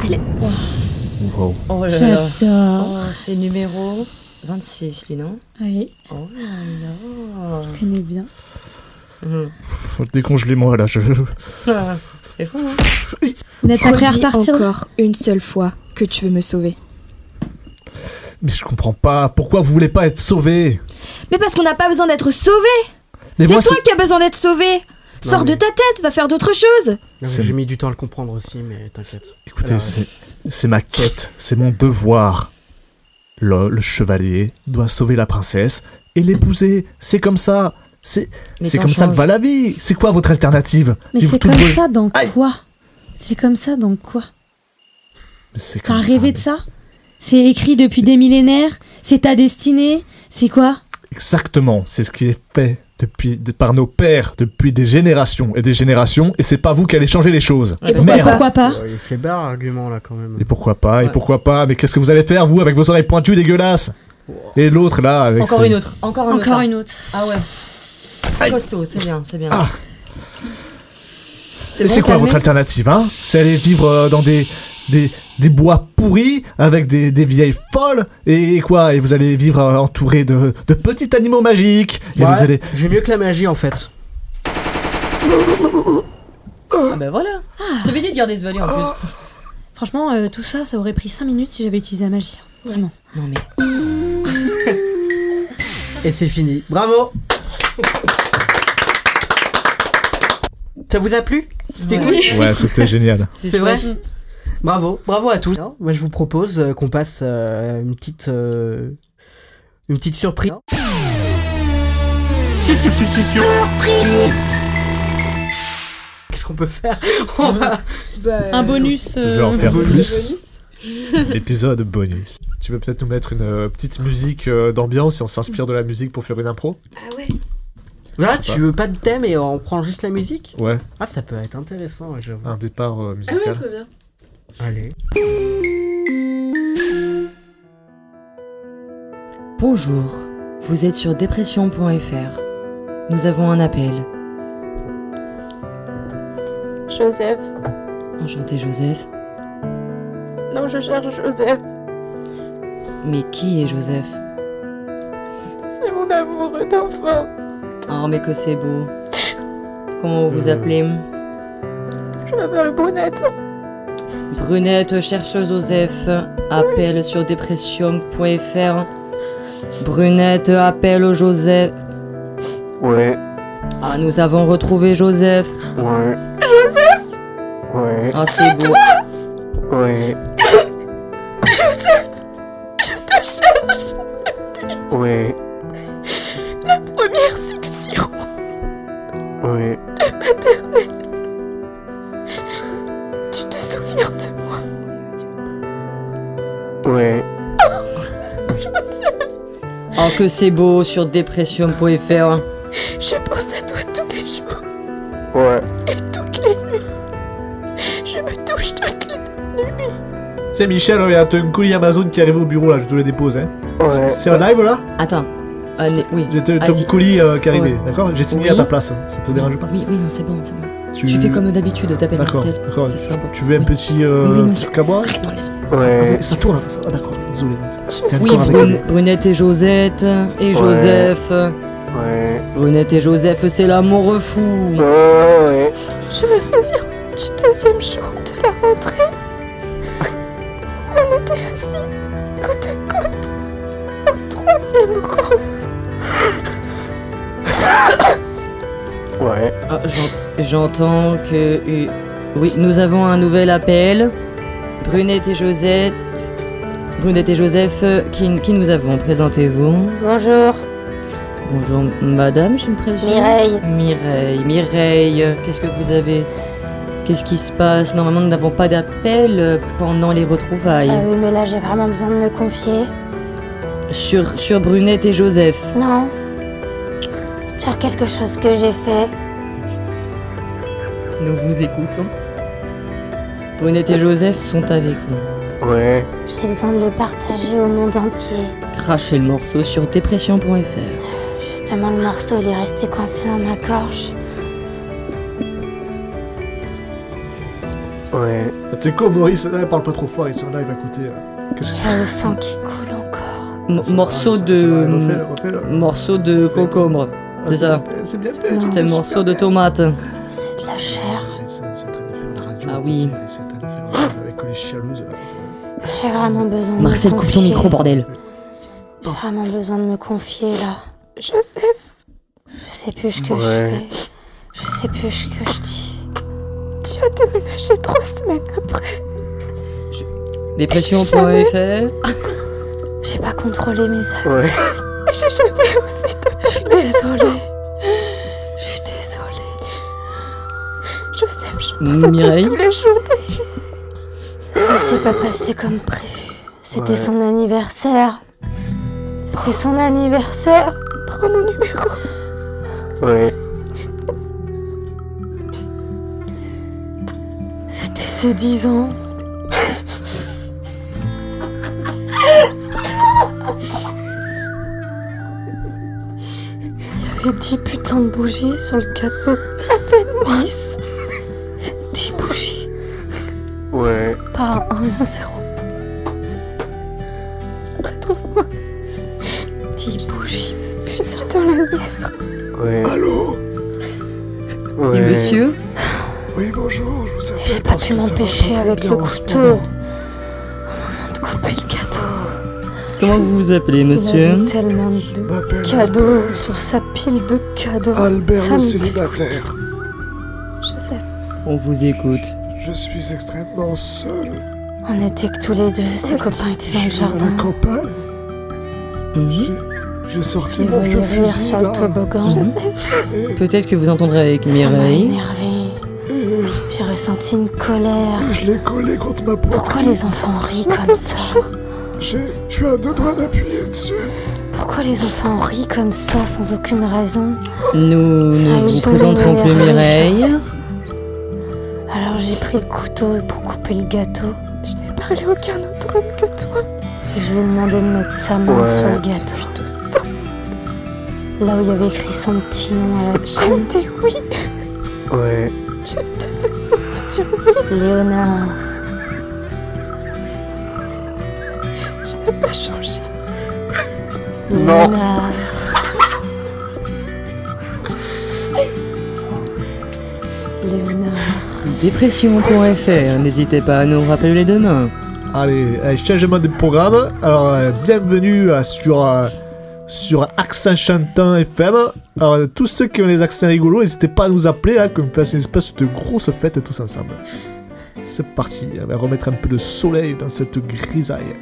Wow. Oh là là. J'adore. Oh, c'est numéro 26, lui, non Oui. Oh Oh. là là. Je connais bien. Mhm. Décongelez-moi là, je... Ah, C'est fou, hein Vous êtes prêt à Redis repartir encore une seule fois que tu veux me sauver. Mais je comprends pas, pourquoi vous voulez pas être sauvé Mais parce qu'on n'a pas besoin d'être sauvé Mais C'est moi, toi c'est- qui as besoin d'être sauvé Non, Sors mais- de ta tête, va faire d'autres choses non, mais C'est- J'ai mis du temps à le comprendre aussi, mais t'inquiète. Écoutez, Alors, c'est- c'est ma quête, c'est mon devoir. Le, le chevalier doit sauver la princesse et l'épouser. C'est comme ça. C'est Les c'est temps comme ça que changent. va la vie. C'est quoi votre alternative Mais Vivre c'est tout comme brûlé- ça dans quoi C'est comme ça dans quoi Mais C'est T'as comme ça. rêvé de ça C'est écrit depuis des millénaires C'est ta destinée C'est quoi Exactement. C'est ce qui est fait depuis de- par nos pères depuis des générations et des générations. Et c'est pas vous qui allez changer les choses. Et pourquoi, Merde. pourquoi pas euh, il fait barre l'argument là quand même. Et pourquoi pas Et Ouais. pourquoi pas Mais qu'est-ce que vous allez faire vous avec vos oreilles pointues dégueulasses Et l'autre là avec Encore ses- une autre. Encore une autre. Encore hein. une autre. Ah ouais. Costaud, c'est bien, c'est bien. Ah. C'est Mais bon, c'est quoi calmé votre alternative, hein C'est aller vivre euh, dans des, des, des bois pourris avec des, des vieilles folles et quoi Et vous allez vivre euh, entouré de, de petits animaux magiques et Ouais, vous allez. J'ai mieux que la magie en fait. Ah bah voilà. Je t'avais dit de garder ce valet en plus. Franchement, euh, tout ça, ça aurait pris 5 minutes si j'avais utilisé la magie. hein. Vraiment. Non mais. Et c'est fini. Bravo Ça vous a plu C'était Ouais. cool Ouais, c'était génial. C'est vrai Bravo, bravo à tous. Alors, Moi je vous propose euh, qu'on passe euh, une petite euh, une petite surprise. Qu'est-ce qu'on peut faire [laughs] On va- Un bonus. Euh, euh, Je vais en faire bonus. plus. Épisode bonus. Tu veux peut-être nous mettre une euh, petite musique euh, d'ambiance et on s'inspire de la musique pour faire une impro Là, Je sais tu veux pas de thème et on prend juste la musique Ouais, Ah, ça peut être intéressant, ouais, j'avoue. un départ euh, musical. bien. Allez. Bonjour, vous êtes sur dépression.fr. Nous avons un appel. Joseph. Enchanté Joseph. Non, je cherche Joseph. Mais qui est Joseph C'est mon amoureux d'enfance. Oh mais que c'est beau. Comment vous vous Euh. appelez Je m'appelle Brunette. Brunette cherche Joseph. Appel sur depression.fr. Brunette appelle Joseph. Ouais, Ah nous avons retrouvé Joseph. ouais, Joseph ouais, Ah c'est beau. [coughs] ouais, Joseph Je te cherche ouais, La première section ouais. de maternelle. Tu te souviens de moi Ouais. Oh que c'est beau sur depression.fr. Je pense à toi tous les jours Ouais. et toutes les nuits. Je me touche toutes les nuits. C'est Michel, euh, il y a un colis Amazon qui arrive au bureau là, je te le dépose. Hein. C'est- C'est un live là Attends. Ah, mais- oui. J'ai ton Vas-y. colis euh, qui est arrivé, Ouais. d'accord J'ai signé Oui. à ta place, hein. ça te dérange pas Oui, oui, non, c'est bon, c'est bon. Tu- Tu... fais comme d'habitude, t'appelles D'accord, Marcel. d'accord. Ce sera bon. Tu veux un petit euh, Oui, hein. oui, non, truc à boire Ah, mais Ça tourne, ça... ah, d'accord, désolé. T'es Oui, encore avec Brun- elle Brunette et Josette et Ouais. Joseph. Ouais. Brunette et Joseph, c'est l'amour fou. Ouais. Je me souviens du deuxième jour de la rentrée. On était assis côte à côte au troisième rang. Ouais. Ah, j'en- J'entends que. euh, Oui, nous avons un nouvel appel. Brunette et Josette. Brunette et Joseph, euh, qui, qui nous avons Présentez-vous. Bonjour, Bonjour, madame, je me présente. Mireille. Mireille, Mireille, euh, qu'est-ce que vous avez Qu'est-ce qui se passe Normalement, nous n'avons pas d'appel euh, pendant les retrouvailles. Ah oui, mais là j'ai vraiment besoin de me confier. Sur, sur Brunette et Joseph. Non. Sur quelque chose que j'ai fait. Nous vous écoutons. Brunette et Joseph sont avec vous. Ouais. J'ai besoin de le partager au monde entier. Crachez le morceau sur dépression.fr. Justement, le morceau il est resté coincé dans ma gorge. Ouais. T'es con Maurice, là, parle pas trop fort, ils sont live à côté. euh. Il y a le sang qui coule encore. Mo- morceau de. euh, Morceau de concombre. C'est ça. Ah, C'est bien fait, Non. C'est c'est un morceau super de Ah, bien. tomate. C'est de la chair. Ah oui. Avec les chialeuses, là, ça- J'ai vraiment besoin de Marcel, me coupe confier. ton micro, bordel. J'ai vraiment besoin de me confier là. Joseph Je sais plus ce que Ouais. je fais. Je sais plus ce que je dis. Tu as déménagé trois semaines après. Dépression.fr. J'ai pas contrôlé mes actes. Ouais. Et J'ai jamais osé te Je suis désolée. Je suis désolée. Joseph, je pense à Mireille toi tous les jours depuis. Ça s'est pas passé comme prévu. C'était Ouais. son anniversaire. C'était son anniversaire. Prends mon numéro. Ouais. C'était ses 10 ans. Il y avait 10 putains de bougies sur le cadeau. À peine 10. 10 bougies, Ouais. pas un zéro. Retrouve-moi. 10 bougies. Je suis dans la Nièvre. Ouais. Allô Oui, Ouais. monsieur Oui, bonjour, je vous appelle. J'ai pas parce pu que ça va m'empêcher pas très avec bien le en ce couteau. Au moment. moment de couper le cadeau. Comment vous vous appelez, Il monsieur avait tellement de cadeaux sur sa pile de cadeaux. Albert Ça le me célibataire. Joseph. On vous écoute. Je suis extrêmement seul. On était que tous les deux, ses copains étaient dans le À la jardin. Mmh. campagne. Mhm. J'ai- J'ai sorti mon vieux rire fusil sur là. Mmh. le toboggan. Peut-être que vous entendrez avec Mireille. énervé. J'ai ressenti une colère. Je l'ai collé contre ma poitrine. Pourquoi les enfants rient comme ça J'ai- Je suis à deux doigts d'appuyer dessus. Pourquoi les enfants rient comme ça sans aucune raison Nous Ça a ne eu vous tellement présenterons de plus Mireille. Alors j'ai pris le couteau pour couper le gâteau. Je n'ai parlé à aucun autre homme que toi. Et je lui ai demandé de mettre sa main Ouais. sur le gâteau. Là où il y avait écrit son petit nom à la con. [laughs] Chanter, oui. ouais, J'aime ta façon de dire oui. Léonard. Je n'ai pas changé. Non. Léonard. Léonard. Dépression.fr, n'hésitez pas à nous rappeler demain. Allez, euh, changement de programme. Alors, euh, bienvenue euh, sur, euh, sur Accent Chantant FM. Alors, euh, tous ceux qui ont les accents rigolos, n'hésitez pas à nous appeler, hein, là, qu'on fasse une espèce de grosse fête tous ensemble. C'est parti, on va remettre un peu de soleil dans cette grisaille.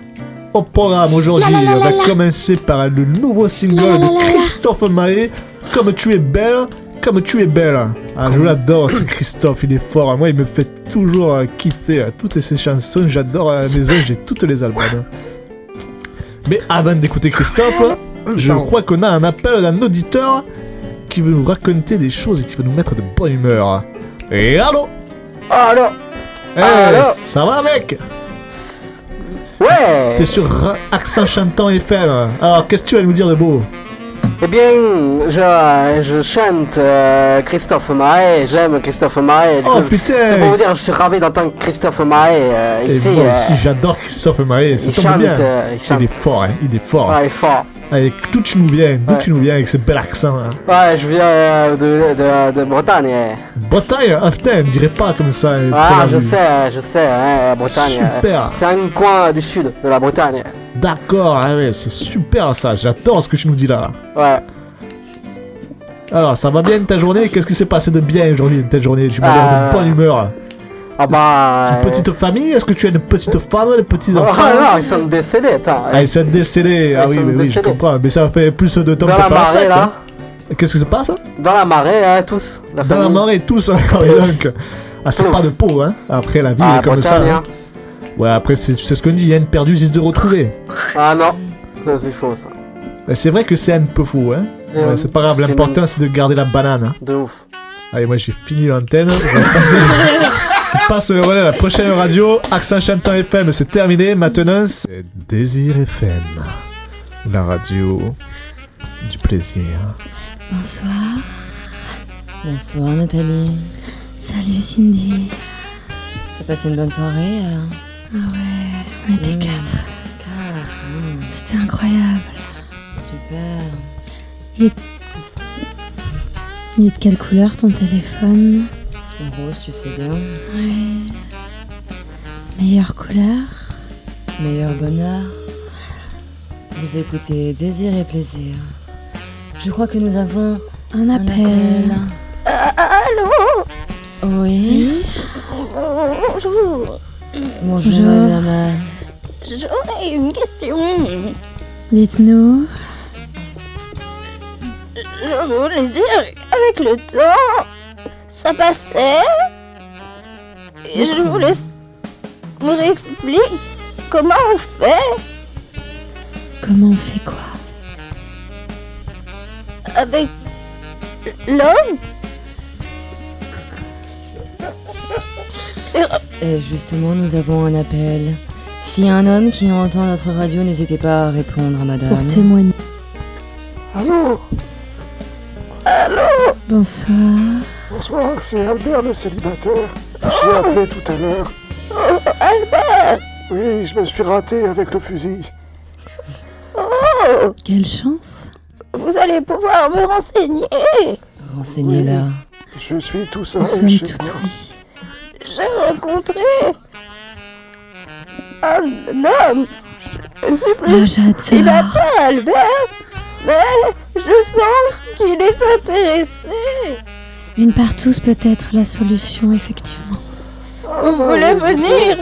Au programme aujourd'hui, La la la on va la la. commencer par le nouveau single La la la la de la. Christophe Maé, Comme tu es belle, comme tu es belle. Ah, je l'adore, ce Christophe, il est fort. hein. Moi, il me fait toujours euh, kiffer euh, toutes ses chansons. J'adore à la maison, j'ai toutes les albums. hein. Mais avant d'écouter Christophe, je Pardon. crois qu'on a un appel d'un auditeur qui veut nous raconter des choses et qui veut nous mettre de bonne humeur. Et allô Allô Eh, Allô ça va, mec Ouais T'es sur Ra- Accent Chantant FM. Alors, qu'est-ce que tu vas nous dire de beau Eh bien, je, je chante euh, Christophe Maé, j'aime Christophe Maé. Oh, putain C'est pour vous dire, je suis ravi d'entendre Christophe Maé euh, Et ici. moi euh, aussi, j'adore Christophe Maé, ça il tombe chante, bien. euh, il chante. il est fort, hein, il est fort. Ouais, il est fort. Avec d'où tu nous viens, d'où Ouais. tu nous viens avec ce bel accent. hein. ouais, je viens euh, de, de, de Bretagne. euh. Bretagne, ah putain, je dirais pas comme ça. euh, Ah, pour la je vue. sais, euh, je sais, hein, Bretagne. euh, Super. C'est un coin du sud de la Bretagne. D'accord, ah ouais, c'est super ça, j'adore ce que tu nous dis là. Ouais. Alors, ça va bien ta journée Qu'est-ce qui s'est passé de bien aujourd'hui de ta journée Tu m'as l'air Euh, de bonne humeur. Ah bah. Une petite famille Est-ce que tu as une petite femme, des petits [laughs] Oh, enfants non, ils sont décédés, attends. Ah, ils sont décédés. Ah Ils oui, sont mais oui, je décédés. comprends. Mais ça fait plus de temps Dans que la t'as pas marée, fête, là. hein. Qu'est-ce qui se passe Dans la marée, hein, tous. La Dans la famille. marée, [laughs] tous encore et donc. Ah, c'est pas de peau, hein. Après, la vie Ah, elle est comme ça. Bretagne, hein. Ouais, après, c'est- tu sais ce qu'on dit, hein. Perdu, 10 de retrouver. Ah non, ça c'est faux ça. Et C'est vrai que c'est un peu fou, hein. Euh, Ouais, c'est pas grave, c'est l'important c'est de garder la banane. hein. De ouf. Allez, moi j'ai fini l'antenne. On va passer- on passe euh, voilà, à la prochaine radio. Accent Chantant FM, c'est terminé. Maintenant, c'est Désir FM. La radio du plaisir. Bonsoir. Bonsoir Nathalie. Salut Cindy. T'as passé une bonne soirée euh Ah ouais, on était Mm. quatre. Quatre, mm. C'était incroyable. Super. Il est... Il est de quelle couleur ton téléphone Rose, tu sais bien. Ouais. Meilleure couleur Meilleur bonheur. Vous écoutez Désir et Plaisir. Je crois que nous avons Un appel. Allô Oui. Bonjour. Bonjour, Bonjour. madame. J'aurais une question. Dites-nous. Je voulais dire, avec le temps, ça passait. Et je voulais s- vous expliquer comment on fait Comment on fait quoi avec l'homme. Et Eh, justement, nous avons un appel. S'il y a un homme qui entend notre radio, n'hésitez pas à répondre à madame. Pour témoigner. Allô Allô Bonsoir. Bonsoir, c'est Albert le célibataire. J'ai appelé tout à l'heure. Oh, Albert Oui, je me suis raté avec le fusil. Oh Quelle chance Vous allez pouvoir me renseigner. Renseignez-la. Je suis tout Nous seul sommes chez tout moi. J'ai rencontré un homme. Je ne suis Ah, plus j'adore. célibataire, Albert, mais je sens qu'il est intéressé. Une part tous peut être la solution, effectivement. Vous voulez venir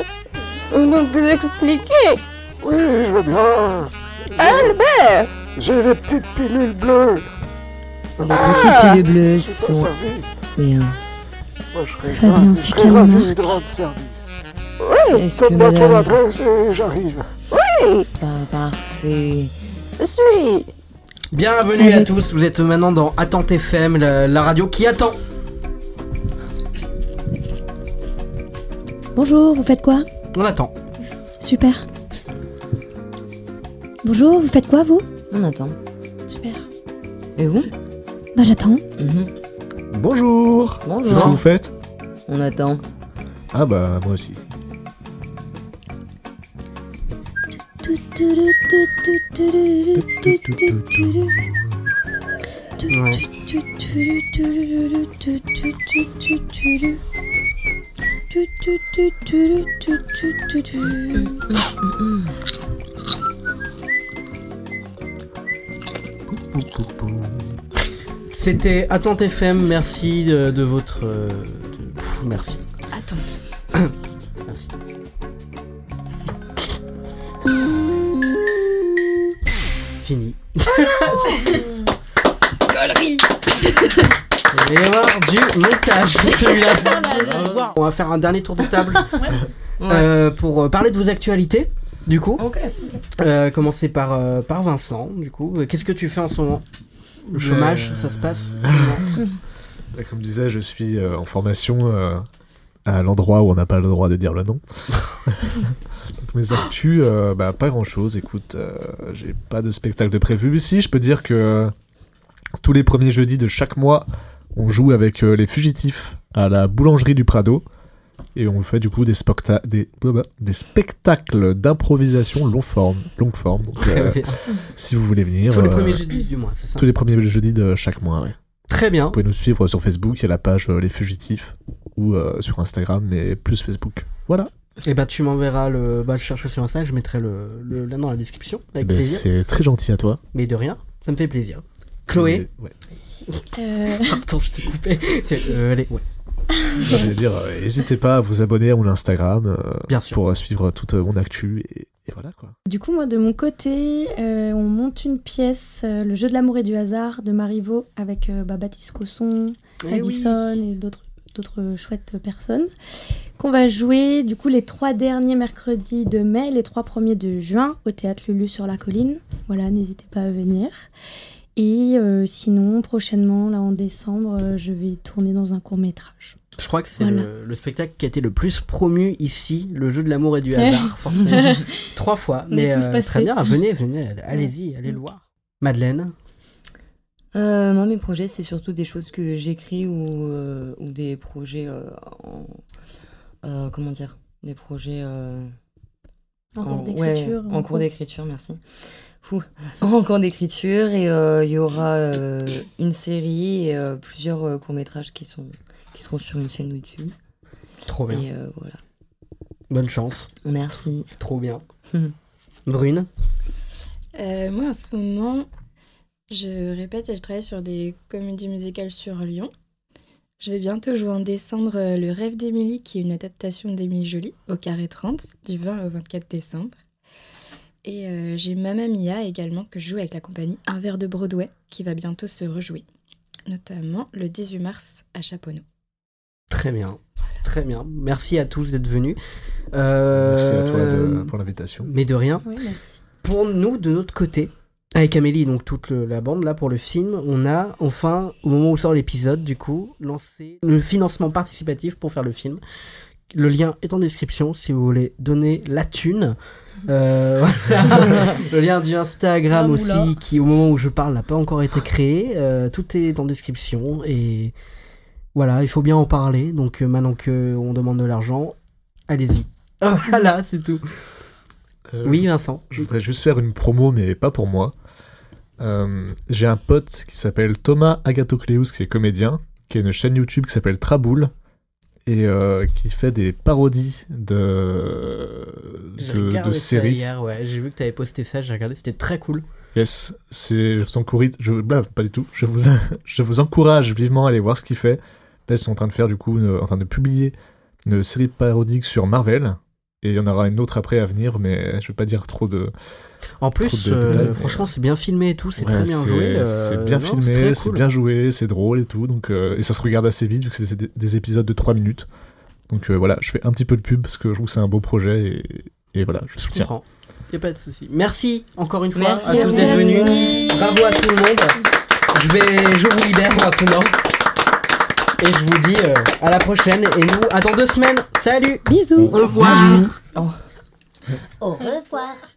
nous vous expliquer Oui, je veux bien. Albert J'ai les petites pilules bleues. Les Ah, petites pilules j'ai bleues pas sont servi. bien. Moi, je serais Très bien, ravi- c'est je serais calme. ravi de rendre service. Oui, Est-ce que Donne-moi ton madame... adresse et j'arrive. oui, Pas parfait. je suis. Bienvenue à tous, vous êtes maintenant dans Attente FM, la, la radio qui attend. Bonjour, vous faites quoi On attend. Super. Bonjour, vous faites quoi, vous On attend. Super. Et vous Mhm. Bah j'attends. Bonjour Bonjour Qu'est-ce que vous faites On attend. Ah bah moi aussi. C'était Attente FM, merci de, de votre. euh, de- pff, merci. Attente. [coughs] Merci. Fini. Collerie Il va y avoir du montage celui-là. On va faire un dernier tour de table euh, pour euh, parler de vos actualités. Du coup, Euh, commencer par, euh, par Vincent. Du coup, Euh, qu'est-ce que tu fais en ce moment Le chômage, Euh, ça se [laughs] passe Bah, Comme je disais, je suis euh, en formation euh, à l'endroit où on n'a pas le droit de dire le nom. Donc mes actus, euh, bah, pas grand-chose. Écoute, euh, j'ai pas de spectacle de prévu. Mais si, je peux dire que euh, tous les premiers jeudis de chaque mois, on joue avec euh, les fugitifs à la boulangerie du Prado. Et on fait du coup des, spocta- des, blablabla, des spectacles d'improvisation long forme, longue forme. Donc, Très [laughs] euh, bien. si vous voulez venir. euh, Tous les premiers jeudis hein. du mois, c'est ça Tous les premiers jeudis de chaque mois, ouais. Très bien. Vous pouvez nous suivre sur Facebook, il y a la page euh, Les Fugitifs, ou euh, sur Instagram, mais plus Facebook. Voilà. Et bah, tu m'enverras le. Bah, je cherche sur Instagram, je mettrai le, le lien dans la description. Avec Ben, plaisir. c'est très gentil à toi. Mais de rien, ça me fait plaisir. Chloé Ouais. Euh, Pardon, je t'ai [laughs] coupé. C'est- euh, allez, ouais. Je voulais dire, euh, n'hésitez pas à vous abonner à mon Instagram euh, pour euh, suivre toute euh, mon actu. Et, et voilà quoi. Du coup, moi, de mon côté, euh, on monte une pièce, euh, Le jeu de l'amour et du hasard, de Marivaux, avec euh, bah, Baptiste Cosson, Eh Addison et d'autres d'autres chouettes personnes, qu'on va jouer du coup les trois derniers mercredis de mai, les trois premiers de juin, au Théâtre Lulu sur la colline. Voilà, n'hésitez pas à venir. Et euh, sinon, prochainement, là en décembre, euh, je vais tourner dans un court métrage. Je crois que c'est Voilà. le, le spectacle qui a été le plus promu ici, le jeu de l'amour et du Eh. [laughs] hasard, forcément. Trois fois, On mais est tous euh, très passés. bien. Venez, venez, allez-y, allez le voir. Madeleine, Euh, moi, mes projets, c'est surtout des choses que j'écris ou, euh, ou des projets euh, en. euh, comment dire Des projets. euh, En cours Oh, ouais, d'écriture, en en cours. cours d'écriture, merci. Ouh. En cours d'écriture, et euh, il y aura euh, une série et euh, plusieurs euh, courts-métrages qui, sont, qui seront sur une chaîne YouTube. Trop bien. Et euh, voilà. bonne chance. Merci. Trop bien. Hmm. Brune, Euh, moi, en ce moment, je répète, je travaille sur des comédies musicales sur Lyon. Je vais bientôt jouer en décembre euh, Le rêve d'Émilie, qui est une adaptation d'Émilie Jolie, au carré 30, du 20 au 24 décembre. Et euh, j'ai Mamma Mia également, que je joue avec la compagnie Un verre de Broadway, qui va bientôt se rejouer, notamment le 18 mars à Chaponneau. très bien. Très bien. Merci à tous d'être venus. Euh, Merci à toi de- pour l'invitation. Mais de rien. Oui, merci. Pour nous, de notre côté, avec Amélie, donc toute le- la bande, là, pour le film, on a enfin, au moment où sort l'épisode, du coup, lancé le financement participatif pour faire le film. Le lien est en description si vous voulez donner la thune. Euh, [laughs] voilà. le lien du Instagram Ramoula. aussi, qui au moment où je parle n'a pas encore été créé. Euh, tout est en description et voilà, il faut bien en parler. Donc euh, maintenant qu'on demande de l'argent, allez-y. [laughs] voilà, c'est tout. oui, Vincent. Je voudrais juste faire une promo, mais pas pour moi. Euh, J'ai un pote qui s'appelle Thomas Agatocléus, qui est comédien, qui a une chaîne YouTube qui s'appelle Traboul, et euh, qui fait des parodies de, J'ai de, regardé de ça séries. hier, ouais. J'ai vu que t'avais posté ça, j'ai regardé, c'était très cool. Yes, c'est je vous encourage, je bla, pas du tout. Je vous [laughs] je vous encourage vivement à aller voir ce qu'il fait. Là, ils sont en train de faire du coup, une- en train de publier une série parodique sur Marvel et il y en aura une autre après à venir, mais je vais pas dire trop de En trop plus, de euh, détails, mais- franchement, c'est bien filmé et tout, c'est Ouais, très bien c'est- joué. euh, C'est bien non, filmé, très c'est cool. bien joué, c'est drôle et tout. Donc, euh, et ça se regarde assez vite vu que c'est des, des épisodes de 3 minutes. Donc euh, voilà, je fais un petit peu de pub parce que je trouve que c'est un beau projet et, et voilà, je Je soutiens. comprends. Y a pas de souci. Merci encore une fois Merci à à tous vous. d'être Merci à venus. vous. Bravo à tout le monde. Je vais, je vous libère maintenant. Et je vous dis euh, à la prochaine. Et nous, à dans deux semaines. Salut. Bisous. Au revoir. Au revoir.